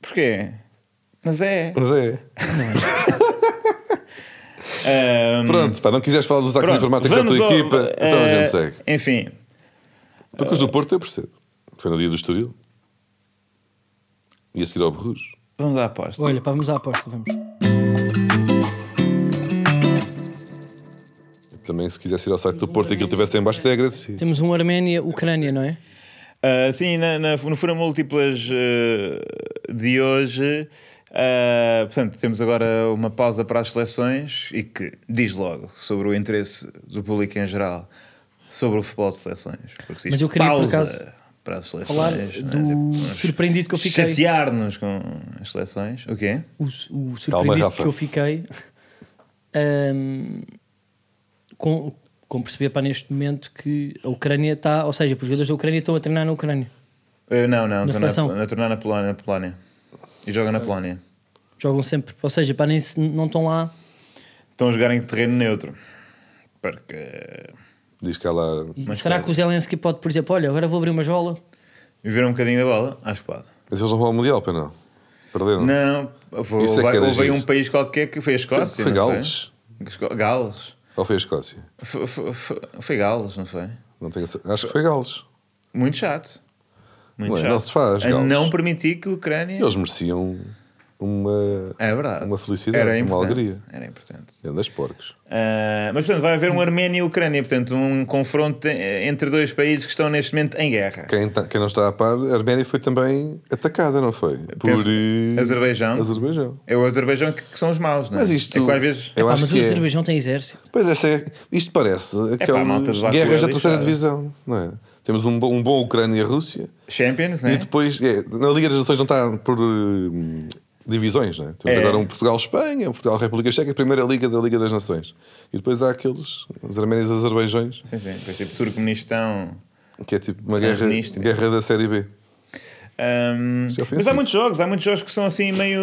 [SPEAKER 4] Porquê? Mas é.
[SPEAKER 1] Mas é. (laughs)
[SPEAKER 4] Ahm,
[SPEAKER 1] Pronto, pá, não quiseres falar dos ataques
[SPEAKER 4] pronto,
[SPEAKER 1] informáticos à tua
[SPEAKER 4] vamos ao-
[SPEAKER 1] equipa, então a
[SPEAKER 4] eh,
[SPEAKER 1] gente segue.
[SPEAKER 4] Enfim,
[SPEAKER 1] Porque os do Porto eu percebo. Foi no dia do Estoril. E a seguir ao Bruges.
[SPEAKER 4] vamos à aposta.
[SPEAKER 2] Olha, pá, vamos à aposta, vamos.
[SPEAKER 1] Também se quisesse ir ao site do Porto e que ele estivesse em baixo até agradecido.
[SPEAKER 2] Temos um Arménia-Ucrânia, não é?
[SPEAKER 4] Ah, sim, na, na, no Fura Múltiplas eh, de hoje, ah, portanto, temos agora uma pausa para as seleções e que diz logo sobre o interesse do público em geral sobre o futebol de seleções. Porque se
[SPEAKER 2] Mas
[SPEAKER 4] isto
[SPEAKER 2] eu queria, por
[SPEAKER 4] pausa
[SPEAKER 2] acaso,
[SPEAKER 4] para as seleções,
[SPEAKER 2] Falar
[SPEAKER 4] não é?
[SPEAKER 2] do
[SPEAKER 4] Tipo, vamos
[SPEAKER 2] surpreendido que eu fiquei.
[SPEAKER 4] Chatear-nos com as seleções. O quê?
[SPEAKER 2] o, o
[SPEAKER 1] Calma,
[SPEAKER 2] surpreendido
[SPEAKER 1] Rafa.
[SPEAKER 2] que eu fiquei ahm, com, com perceber para neste momento que a Ucrânia está, ou seja, os jogadores da Ucrânia estão a treinar na Ucrânia.
[SPEAKER 4] Eh, não, não,
[SPEAKER 2] Na
[SPEAKER 4] estou na,
[SPEAKER 2] seleção.
[SPEAKER 4] na, estou na Polónia, na Polónia. E jogam na Polónia.
[SPEAKER 2] Jogam sempre, ou seja, para nem se- não estão lá.
[SPEAKER 4] Estão a jogar em terreno neutro. Porque eh,
[SPEAKER 1] Diz que há lá.
[SPEAKER 2] E
[SPEAKER 4] Mas
[SPEAKER 2] será
[SPEAKER 4] pode.
[SPEAKER 2] que o Zelensky pode, por exemplo, olha, agora vou abrir uma jola?
[SPEAKER 4] viram um bocadinho da bola, acho que pode.
[SPEAKER 1] Mas eles não vão ao Mundial, pá, não? Perderam?
[SPEAKER 4] Não, houve,
[SPEAKER 1] Isso é que
[SPEAKER 4] houve-
[SPEAKER 1] era
[SPEAKER 4] houve aí
[SPEAKER 1] giro.
[SPEAKER 4] um país qualquer que foi a Escócia.
[SPEAKER 1] Foi- foi
[SPEAKER 4] não
[SPEAKER 1] Gales.
[SPEAKER 4] Foi? Esco- Gales.
[SPEAKER 1] Ou foi a Escócia?
[SPEAKER 4] Foi, foi, foi- foi Gales, não foi?
[SPEAKER 1] Não tenho certeza. Acho que foi Gales.
[SPEAKER 4] Muito chato. Muito
[SPEAKER 1] Não é?
[SPEAKER 4] chato.
[SPEAKER 1] Não se faz,
[SPEAKER 4] A
[SPEAKER 1] Gales.
[SPEAKER 4] não permitir que a Ucrânia.
[SPEAKER 1] Eles mereciam uma.
[SPEAKER 4] É verdade.
[SPEAKER 1] Uma felicidade, uma
[SPEAKER 4] importante,
[SPEAKER 1] alegria.
[SPEAKER 4] Era importante.
[SPEAKER 1] Andas porcos.
[SPEAKER 4] Ah, mas, portanto, vai haver um Arménia e Ucrânia, portanto, um confronto eh, entre dois países que estão neste momento em guerra.
[SPEAKER 1] Quem, tá- quem não está a par, a Arménia foi também atacada, não foi? Por.
[SPEAKER 4] Penso-
[SPEAKER 1] eh,
[SPEAKER 4] Azerbaijão.
[SPEAKER 1] Azerbaijão.
[SPEAKER 4] É o Azerbaijão que, que são os maus, não é?
[SPEAKER 1] Mas isto.
[SPEAKER 4] É que às vezes.
[SPEAKER 1] Eu
[SPEAKER 2] Pá, Ah,
[SPEAKER 1] acho
[SPEAKER 2] mas
[SPEAKER 1] que
[SPEAKER 2] o
[SPEAKER 1] é-
[SPEAKER 2] Azerbaijão tem exército.
[SPEAKER 1] Pois essa é, isto parece
[SPEAKER 4] pá, a malta
[SPEAKER 1] aquelas
[SPEAKER 4] de Baku
[SPEAKER 1] guerras da
[SPEAKER 4] é
[SPEAKER 1] terceira
[SPEAKER 4] lixada.
[SPEAKER 1] divisão, não é? Temos um bom, um bom Ucrânia e Rússia
[SPEAKER 4] Champions, né?
[SPEAKER 1] é e depois é, na Liga das Nações não está por hum, divisões, não é? Temos
[SPEAKER 4] É.
[SPEAKER 1] agora um Portugal-Espanha, um Portugal-República Checa, a primeira liga da Liga das Nações. E depois há aqueles, os arménios e azerbaijões,
[SPEAKER 4] Sim, sim. Depois, tipo, Turcomunistão.
[SPEAKER 1] que é tipo uma guerra,
[SPEAKER 4] nisto.
[SPEAKER 1] guerra da Série B.
[SPEAKER 4] Um,
[SPEAKER 1] Isso é ofensivo.
[SPEAKER 4] mas há muitos jogos, há muitos jogos que são assim meio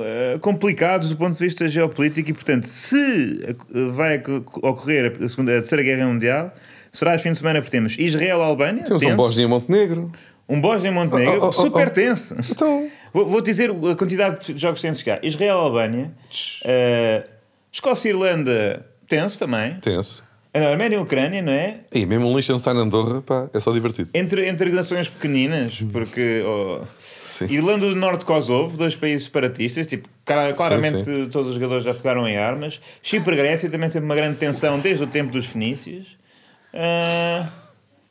[SPEAKER 4] eh, complicados do ponto de vista geopolítico e portanto se eh, vai co- ocorrer a, segunda, a terceira guerra mundial será este fim de semana porque temos Israel-Albânia
[SPEAKER 1] Temos um
[SPEAKER 4] tenso,
[SPEAKER 1] Bósnia-Montenegro.
[SPEAKER 4] um Bósnia e Montenegro,
[SPEAKER 1] Oh, oh, oh,
[SPEAKER 4] super
[SPEAKER 1] oh.
[SPEAKER 4] tenso
[SPEAKER 1] Então,
[SPEAKER 4] vou, vou dizer a quantidade de jogos tensos que há Israel-Albânia eh, Escócia-Irlanda tenso também
[SPEAKER 1] tenso.
[SPEAKER 4] Arménia e Ucrânia, não é?
[SPEAKER 1] E mesmo um Liechtenstein Andorra, pá, é só divertido.
[SPEAKER 4] Entre, entre nações pequeninas, porque oh,
[SPEAKER 1] Sim.
[SPEAKER 4] Irlanda do Norte e Kosovo, dois países separatistas, tipo, cara- claramente todos os jogadores já pegaram em armas. Chipre e Grécia também sempre uma grande tensão desde o tempo dos fenícios. Ah,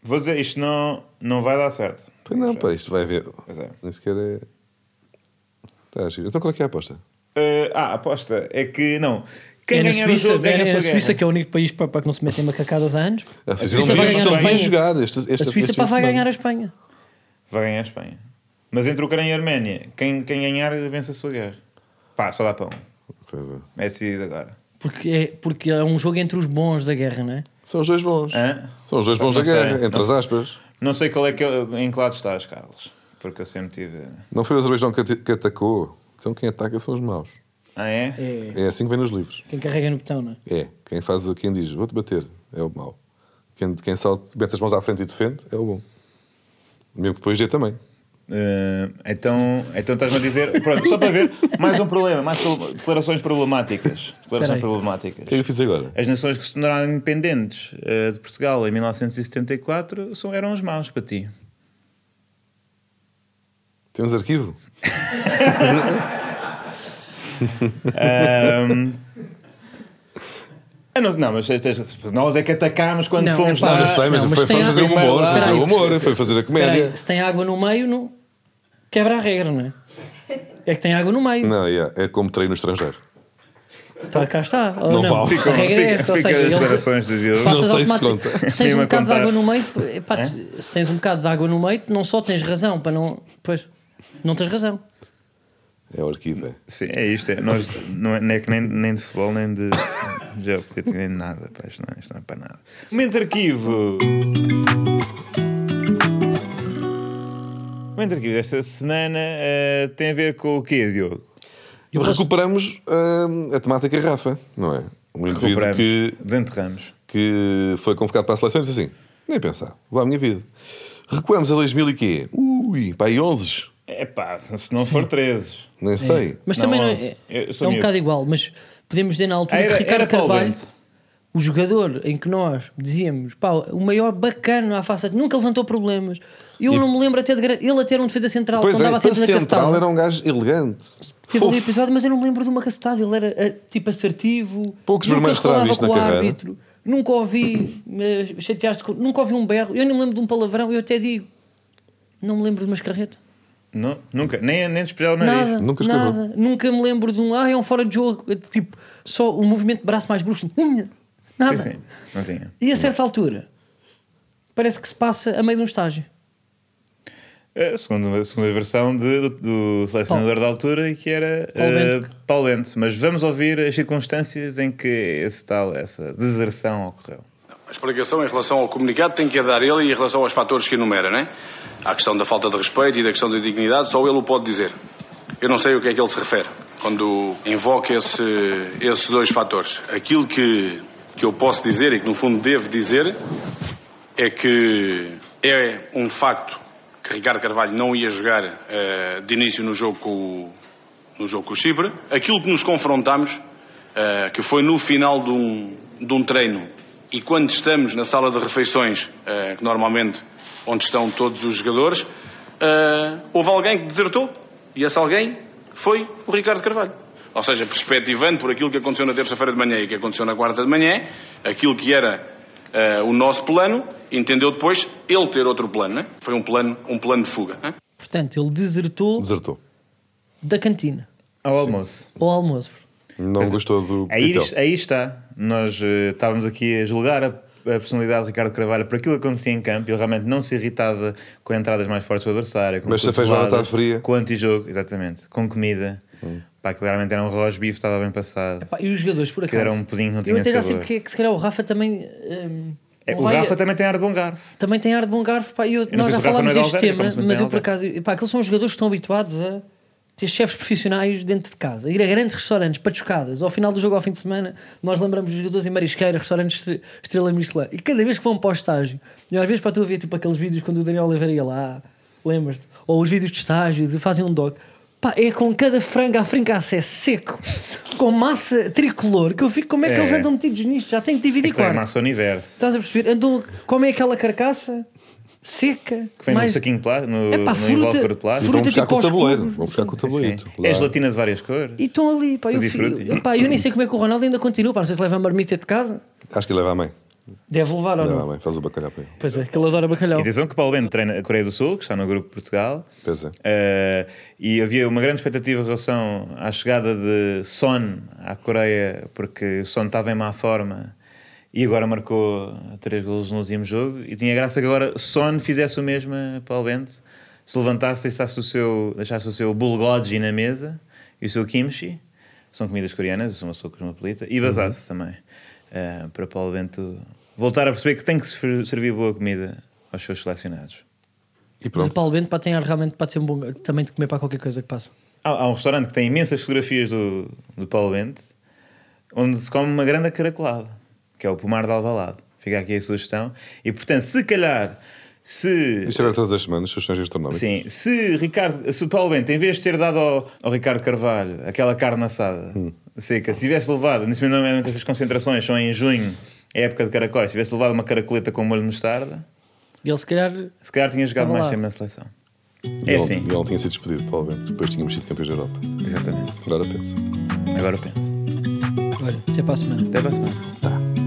[SPEAKER 4] vou dizer, isto não, não vai dar certo.
[SPEAKER 1] Pois não, pá, isto vai ver.
[SPEAKER 4] Pois é.
[SPEAKER 1] Nem sequer é. Tá, giro. Então qual é que é a aposta?
[SPEAKER 4] Ah, ah, a aposta é que não. Quem
[SPEAKER 2] é na
[SPEAKER 4] ganhar o
[SPEAKER 2] Suíça,
[SPEAKER 4] jogo ganha
[SPEAKER 2] é
[SPEAKER 4] a sua
[SPEAKER 2] na
[SPEAKER 4] guerra.
[SPEAKER 2] Suíça que é o único país para, para que não se metem macacadas há anos.
[SPEAKER 1] A Suíça,
[SPEAKER 4] Suíça
[SPEAKER 1] não
[SPEAKER 4] vai
[SPEAKER 1] diz
[SPEAKER 4] ganhar
[SPEAKER 1] que eles
[SPEAKER 4] a
[SPEAKER 1] vêm
[SPEAKER 4] Espanha.
[SPEAKER 1] jogar. Este, este,
[SPEAKER 2] A Suíça pá,
[SPEAKER 1] este fim de
[SPEAKER 2] vai
[SPEAKER 1] semana.
[SPEAKER 2] ganhar a Espanha.
[SPEAKER 4] Vai ganhar a Espanha. Mas entre Ucrânia e Arménia, quem, quem ganhar vence a sua guerra. Pá, só dá para um.
[SPEAKER 1] Pois é.
[SPEAKER 4] É decidido agora.
[SPEAKER 2] Porque é, porque é um jogo entre os bons da guerra, não é?
[SPEAKER 1] São os dois bons.
[SPEAKER 4] Hã?
[SPEAKER 1] São os dois bons da
[SPEAKER 4] Não sei.
[SPEAKER 1] guerra, entre
[SPEAKER 4] Não
[SPEAKER 1] as aspas.
[SPEAKER 4] Não sei qual é que, em que lado estás, Carlos. Porque eu sempre tive.
[SPEAKER 1] Não foi o Azerbaijão que, ati- que atacou. Então quem ataca são os maus.
[SPEAKER 4] Ah, é?
[SPEAKER 2] É
[SPEAKER 1] É assim que vem nos livros.
[SPEAKER 2] quem carrega no botão, não é?
[SPEAKER 1] É. Quem faz, quem diz, vou-te bater, é o mau. Quem, quem salta, mete as mãos à frente e defende, é o bom. Mesmo que depois dê também.
[SPEAKER 4] Eh, então, então estás-me a dizer. Pronto, só para ver, mais um problema, mais pro- declarações problemáticas.
[SPEAKER 2] Espera aí.
[SPEAKER 1] O
[SPEAKER 4] Declarações
[SPEAKER 1] que é que
[SPEAKER 4] problemáticas.
[SPEAKER 1] eu fiz agora?
[SPEAKER 4] As nações que se tornaram independentes eh, de Portugal em 1974 são, eram os maus para ti.
[SPEAKER 1] Temos arquivo?
[SPEAKER 4] Ah, não, não, mas estas- nós é que atacámos quando
[SPEAKER 2] Não,
[SPEAKER 4] fomos
[SPEAKER 2] epá,
[SPEAKER 4] lá.
[SPEAKER 1] eu sei, mas
[SPEAKER 2] não, mas
[SPEAKER 1] foi, foi
[SPEAKER 2] tem
[SPEAKER 1] fazer o
[SPEAKER 2] água.
[SPEAKER 1] humor, foi
[SPEAKER 2] Espera
[SPEAKER 1] fazer
[SPEAKER 2] aí.
[SPEAKER 1] o humor, foi fazer
[SPEAKER 2] Espera
[SPEAKER 1] a
[SPEAKER 2] aí,
[SPEAKER 1] comédia.
[SPEAKER 2] se tem água no meio, não... quebra a regra, não é? É que tem água no meio.
[SPEAKER 1] Não, yeah, é como treino estrangeiro.
[SPEAKER 2] Tá, cá está. Ou
[SPEAKER 1] Não
[SPEAKER 2] não,
[SPEAKER 1] vale.
[SPEAKER 2] A regra é essa, ou seja,
[SPEAKER 4] fica as
[SPEAKER 2] eles-
[SPEAKER 4] declarações de Diogo.
[SPEAKER 2] passas
[SPEAKER 1] Não sei se
[SPEAKER 2] automático-
[SPEAKER 1] conta.
[SPEAKER 2] se tens
[SPEAKER 4] Nem
[SPEAKER 2] um
[SPEAKER 4] me
[SPEAKER 2] bocado de
[SPEAKER 4] contar.
[SPEAKER 2] água no meio, epá, se tens um bocado de água no meio, não só tens razão para não. Pois, não tens razão.
[SPEAKER 1] É o arquivo, é.
[SPEAKER 4] Sim, é isto. É. Nós, não, é, não é que nem, nem de futebol, nem de de geopolítica, nem de nada. Pá, isto, não, isto não é para nada. Momento arquivo. Momento Intercrível desta semana eh, tem a ver com o quê, Diogo?
[SPEAKER 2] E o resto-
[SPEAKER 1] Recuperamos hum, a temática Rafa, não é? Um indivíduo
[SPEAKER 4] Recuperamos,
[SPEAKER 1] que,
[SPEAKER 4] desenterramos.
[SPEAKER 1] que foi convocado para a seleção e disse assim: nem pensar, vou à minha vida. Recuamos a 2000 e quê? Ui, para aí 11,
[SPEAKER 4] É pá, se se não for 13.
[SPEAKER 1] nem sei.
[SPEAKER 2] É. Mas
[SPEAKER 4] Não,
[SPEAKER 2] também não
[SPEAKER 4] onze.
[SPEAKER 2] é,
[SPEAKER 4] Eu sou
[SPEAKER 2] é um
[SPEAKER 4] miúdo.
[SPEAKER 2] bocado igual, mas podemos dizer na altura
[SPEAKER 4] Ah, era-
[SPEAKER 2] que Ricardo
[SPEAKER 4] era Paulo
[SPEAKER 2] Carvalho,
[SPEAKER 4] Bento.
[SPEAKER 2] o jogador em que nós dizíamos pá, o maior bacana à face, nunca levantou problemas. Eu não me lembro até de gra- ele a ter um defesa central
[SPEAKER 1] Pois
[SPEAKER 2] quando
[SPEAKER 1] é,
[SPEAKER 2] andava a ser
[SPEAKER 1] para
[SPEAKER 2] defesa
[SPEAKER 1] central
[SPEAKER 2] castada.
[SPEAKER 1] era um gajo elegante.
[SPEAKER 2] Teve ali um
[SPEAKER 1] Fofo.
[SPEAKER 2] episódio, mas eu não me lembro de uma castada. Ele era ah, tipo assertivo,
[SPEAKER 1] Poucos
[SPEAKER 2] nunca
[SPEAKER 1] vermelhos
[SPEAKER 2] reclamava
[SPEAKER 1] terá visto na
[SPEAKER 2] com o
[SPEAKER 1] carreira.
[SPEAKER 2] árbitro, nunca
[SPEAKER 1] (coughs)
[SPEAKER 2] ouvi eh, chatear-se, com- nunca ouvi um berro. Eu nem me lembro de um palavrão. Eu até digo, não me lembro de uma escarreta.
[SPEAKER 4] Não, nunca, nem, nem despejar o nariz.
[SPEAKER 2] Nada,
[SPEAKER 1] É Nunca escreveu.
[SPEAKER 2] nada. Nunca me lembro de um. Ah, é um fora de jogo. É Tipo, só o movimento de braço mais bruxo. Nhinha. Nada.
[SPEAKER 4] Sim, sim, não tinha.
[SPEAKER 2] E a certa altura, parece que se passa a meio de um estágio.
[SPEAKER 4] A segunda, a É, segunda versão de- do, do selecionador da altura, que era
[SPEAKER 2] Paulo
[SPEAKER 4] eh,
[SPEAKER 2] Bento.
[SPEAKER 4] Paulo Bento. Mas vamos ouvir as circunstâncias em que esse tal, essa deserção ocorreu.
[SPEAKER 5] A explicação em relação ao comunicado tem que a dar ele e em relação aos fatores que enumera, não é? À questão da falta de respeito e da questão da dignidade, só ele o pode dizer. Eu não sei o que é que ele se refere quando invoca esse- esses dois fatores. Aquilo que, que eu posso dizer e que no fundo devo dizer é que é um facto que Ricardo Carvalho não ia jogar eh, de início no jogo, com, o- no jogo com o Chipre. Aquilo que nos confrontámos, eh, que foi no final de um, de um treino, e quando estamos na sala de refeições, eh, que normalmente onde estão todos os jogadores, eh, houve alguém que desertou, e esse alguém foi o Ricardo Carvalho. Ou seja, perspectivando por aquilo que aconteceu na terça-feira de manhã e que aconteceu na quarta de manhã, aquilo que era eh, o nosso plano, entendeu depois ele ter outro plano, né? Foi um plano, um plano de fuga, né?
[SPEAKER 2] Portanto, ele desertou
[SPEAKER 1] Desertou.
[SPEAKER 2] da cantina
[SPEAKER 4] Ao almoço.
[SPEAKER 2] ou almoço. é.
[SPEAKER 1] Não gostou do.
[SPEAKER 4] Aí,
[SPEAKER 2] Então.
[SPEAKER 1] Pitel.
[SPEAKER 4] aí está. Nós eh, estávamos aqui a julgar a, a personalidade de Ricardo Carvalho por aquilo que acontecia em campo. Ele realmente não se irritava com entradas mais fortes do adversário. Com
[SPEAKER 1] Mas se fez uma
[SPEAKER 4] cotoveladas,
[SPEAKER 1] batata fria.
[SPEAKER 4] Com antijogo, exatamente. Com comida. Pá, claramente era um rosbife, estava bem passado.
[SPEAKER 2] Pá, e os jogadores, por
[SPEAKER 4] Que
[SPEAKER 2] acaso.
[SPEAKER 4] era um pudim que não
[SPEAKER 2] Eu
[SPEAKER 4] tinha
[SPEAKER 2] até já sei
[SPEAKER 4] sabor.
[SPEAKER 2] porque é que se calhar o Rafa também. hum,
[SPEAKER 4] É,
[SPEAKER 2] não
[SPEAKER 4] o
[SPEAKER 2] vai-
[SPEAKER 4] Rafa também tem ar de bom garfo.
[SPEAKER 2] também tem ar de bom garfo. Pá, e eu,
[SPEAKER 4] não
[SPEAKER 2] nós
[SPEAKER 4] sei
[SPEAKER 2] já
[SPEAKER 4] se o Rafa
[SPEAKER 2] falámos
[SPEAKER 4] não é de
[SPEAKER 2] deste
[SPEAKER 4] Algéria,
[SPEAKER 2] tema,
[SPEAKER 4] como se não
[SPEAKER 2] mas
[SPEAKER 4] tem
[SPEAKER 2] eu por acaso. Pá, aqueles são os jogadores que estão habituados a ter chefes profissionais dentro de casa, ir a grandes restaurantes, pachucadas. Ao final do jogo, ao fim de semana, nós lembramos dos jogadores em Marisqueira, restaurantes estre- Estrela Michelin. E cada vez que vão para o estágio, e às vezes para tu ver tipo aqueles vídeos quando o Daniel Oliveira ia lá, lembras-te? Ou os vídeos de estágio, de fazem um doc. Pá, é com cada frango à fringaça é seco, com massa tricolor, que eu fico, como é que
[SPEAKER 4] É.
[SPEAKER 2] eles andam metidos nisto? Já tenho que dividir
[SPEAKER 4] Aquilo é
[SPEAKER 2] quarto.
[SPEAKER 4] massa universo.
[SPEAKER 2] Estás a perceber? Andou, comem aquela carcaça seca.
[SPEAKER 4] Que vem num
[SPEAKER 2] mais-
[SPEAKER 4] saquinho de plástico, no,
[SPEAKER 2] Epá,
[SPEAKER 4] no envolver de
[SPEAKER 2] fruta-
[SPEAKER 1] E
[SPEAKER 4] plástico.
[SPEAKER 2] fruta
[SPEAKER 1] vão buscar
[SPEAKER 2] tipo
[SPEAKER 1] com o
[SPEAKER 2] aos
[SPEAKER 1] tabuleiro.
[SPEAKER 2] cubos.
[SPEAKER 1] Vão buscar com o
[SPEAKER 4] Sim.
[SPEAKER 1] tabuleiro.
[SPEAKER 4] É
[SPEAKER 1] Lá.
[SPEAKER 4] gelatina de várias cores.
[SPEAKER 2] E estão ali, pá eu,
[SPEAKER 4] Tutti
[SPEAKER 2] fico-
[SPEAKER 4] frutti.
[SPEAKER 2] pá, eu nem sei como é que o Ronaldo ainda continua, pá, não sei se leva a marmita de casa.
[SPEAKER 1] Acho que ele leva à mãe.
[SPEAKER 2] Deve levar ou
[SPEAKER 1] Leva à
[SPEAKER 2] não?
[SPEAKER 1] mãe, faz o bacalhau para ele.
[SPEAKER 2] Pois é, que ele adora bacalhau.
[SPEAKER 4] E atenção que Paulo Bento treina a Coreia do Sul, que está no grupo de Portugal.
[SPEAKER 1] Pois é.
[SPEAKER 4] Eh, e havia uma grande expectativa em relação à chegada de Son à Coreia, porque o Son estava em má forma e agora marcou três golos no último jogo. E tinha graça que agora Son fizesse o mesmo a Paulo Bento, se levantasse e deixasse o seu, deixasse o seu bulgogi na mesa e o seu kimchi, são comidas coreanas, eu sou uma pessoa cosmopolita, e basasse
[SPEAKER 1] Uhum.
[SPEAKER 4] também, eh, para Paulo Bento voltar a perceber que tem que se- servir boa comida aos seus selecionados.
[SPEAKER 1] E
[SPEAKER 2] Mas o
[SPEAKER 1] pronto.
[SPEAKER 2] Paulo Bento pá, tem ar realmente para ser um bom gajo, também de comer para qualquer coisa que passa.
[SPEAKER 4] Há, há um restaurante que tem imensas fotografias do, do Paulo Bento, onde se come uma grande caracolada, que é o Pomar de Alvalade. Fica aqui a sugestão. E portanto, se calhar, se.
[SPEAKER 1] Isto agora é todas as semanas, sugestões gastronómicas.
[SPEAKER 4] Sim, se, Ricardo, se o Paulo Bento, em vez de ter dado ao, ao Ricardo Carvalho aquela carne assada seca, se tivesse levado, nesse momento, normalmente essas concentrações são em junho, é época de caracóis, se tivesse levado uma caracoleta com molho de mostarda,
[SPEAKER 2] E ele se calhar.
[SPEAKER 4] se calhar tinha jogado
[SPEAKER 2] Estava
[SPEAKER 4] mais
[SPEAKER 2] lá.
[SPEAKER 4] tempo na seleção.
[SPEAKER 1] E
[SPEAKER 4] É
[SPEAKER 1] ele,
[SPEAKER 4] assim,
[SPEAKER 1] e ele tinha sido despedido, Paulo Bento. Depois tínhamos sido campeões da Europa.
[SPEAKER 4] exatamente.
[SPEAKER 1] Agora penso.
[SPEAKER 4] Agora penso.
[SPEAKER 2] Olha, até para a semana.
[SPEAKER 4] Até para a semana.
[SPEAKER 1] Tá.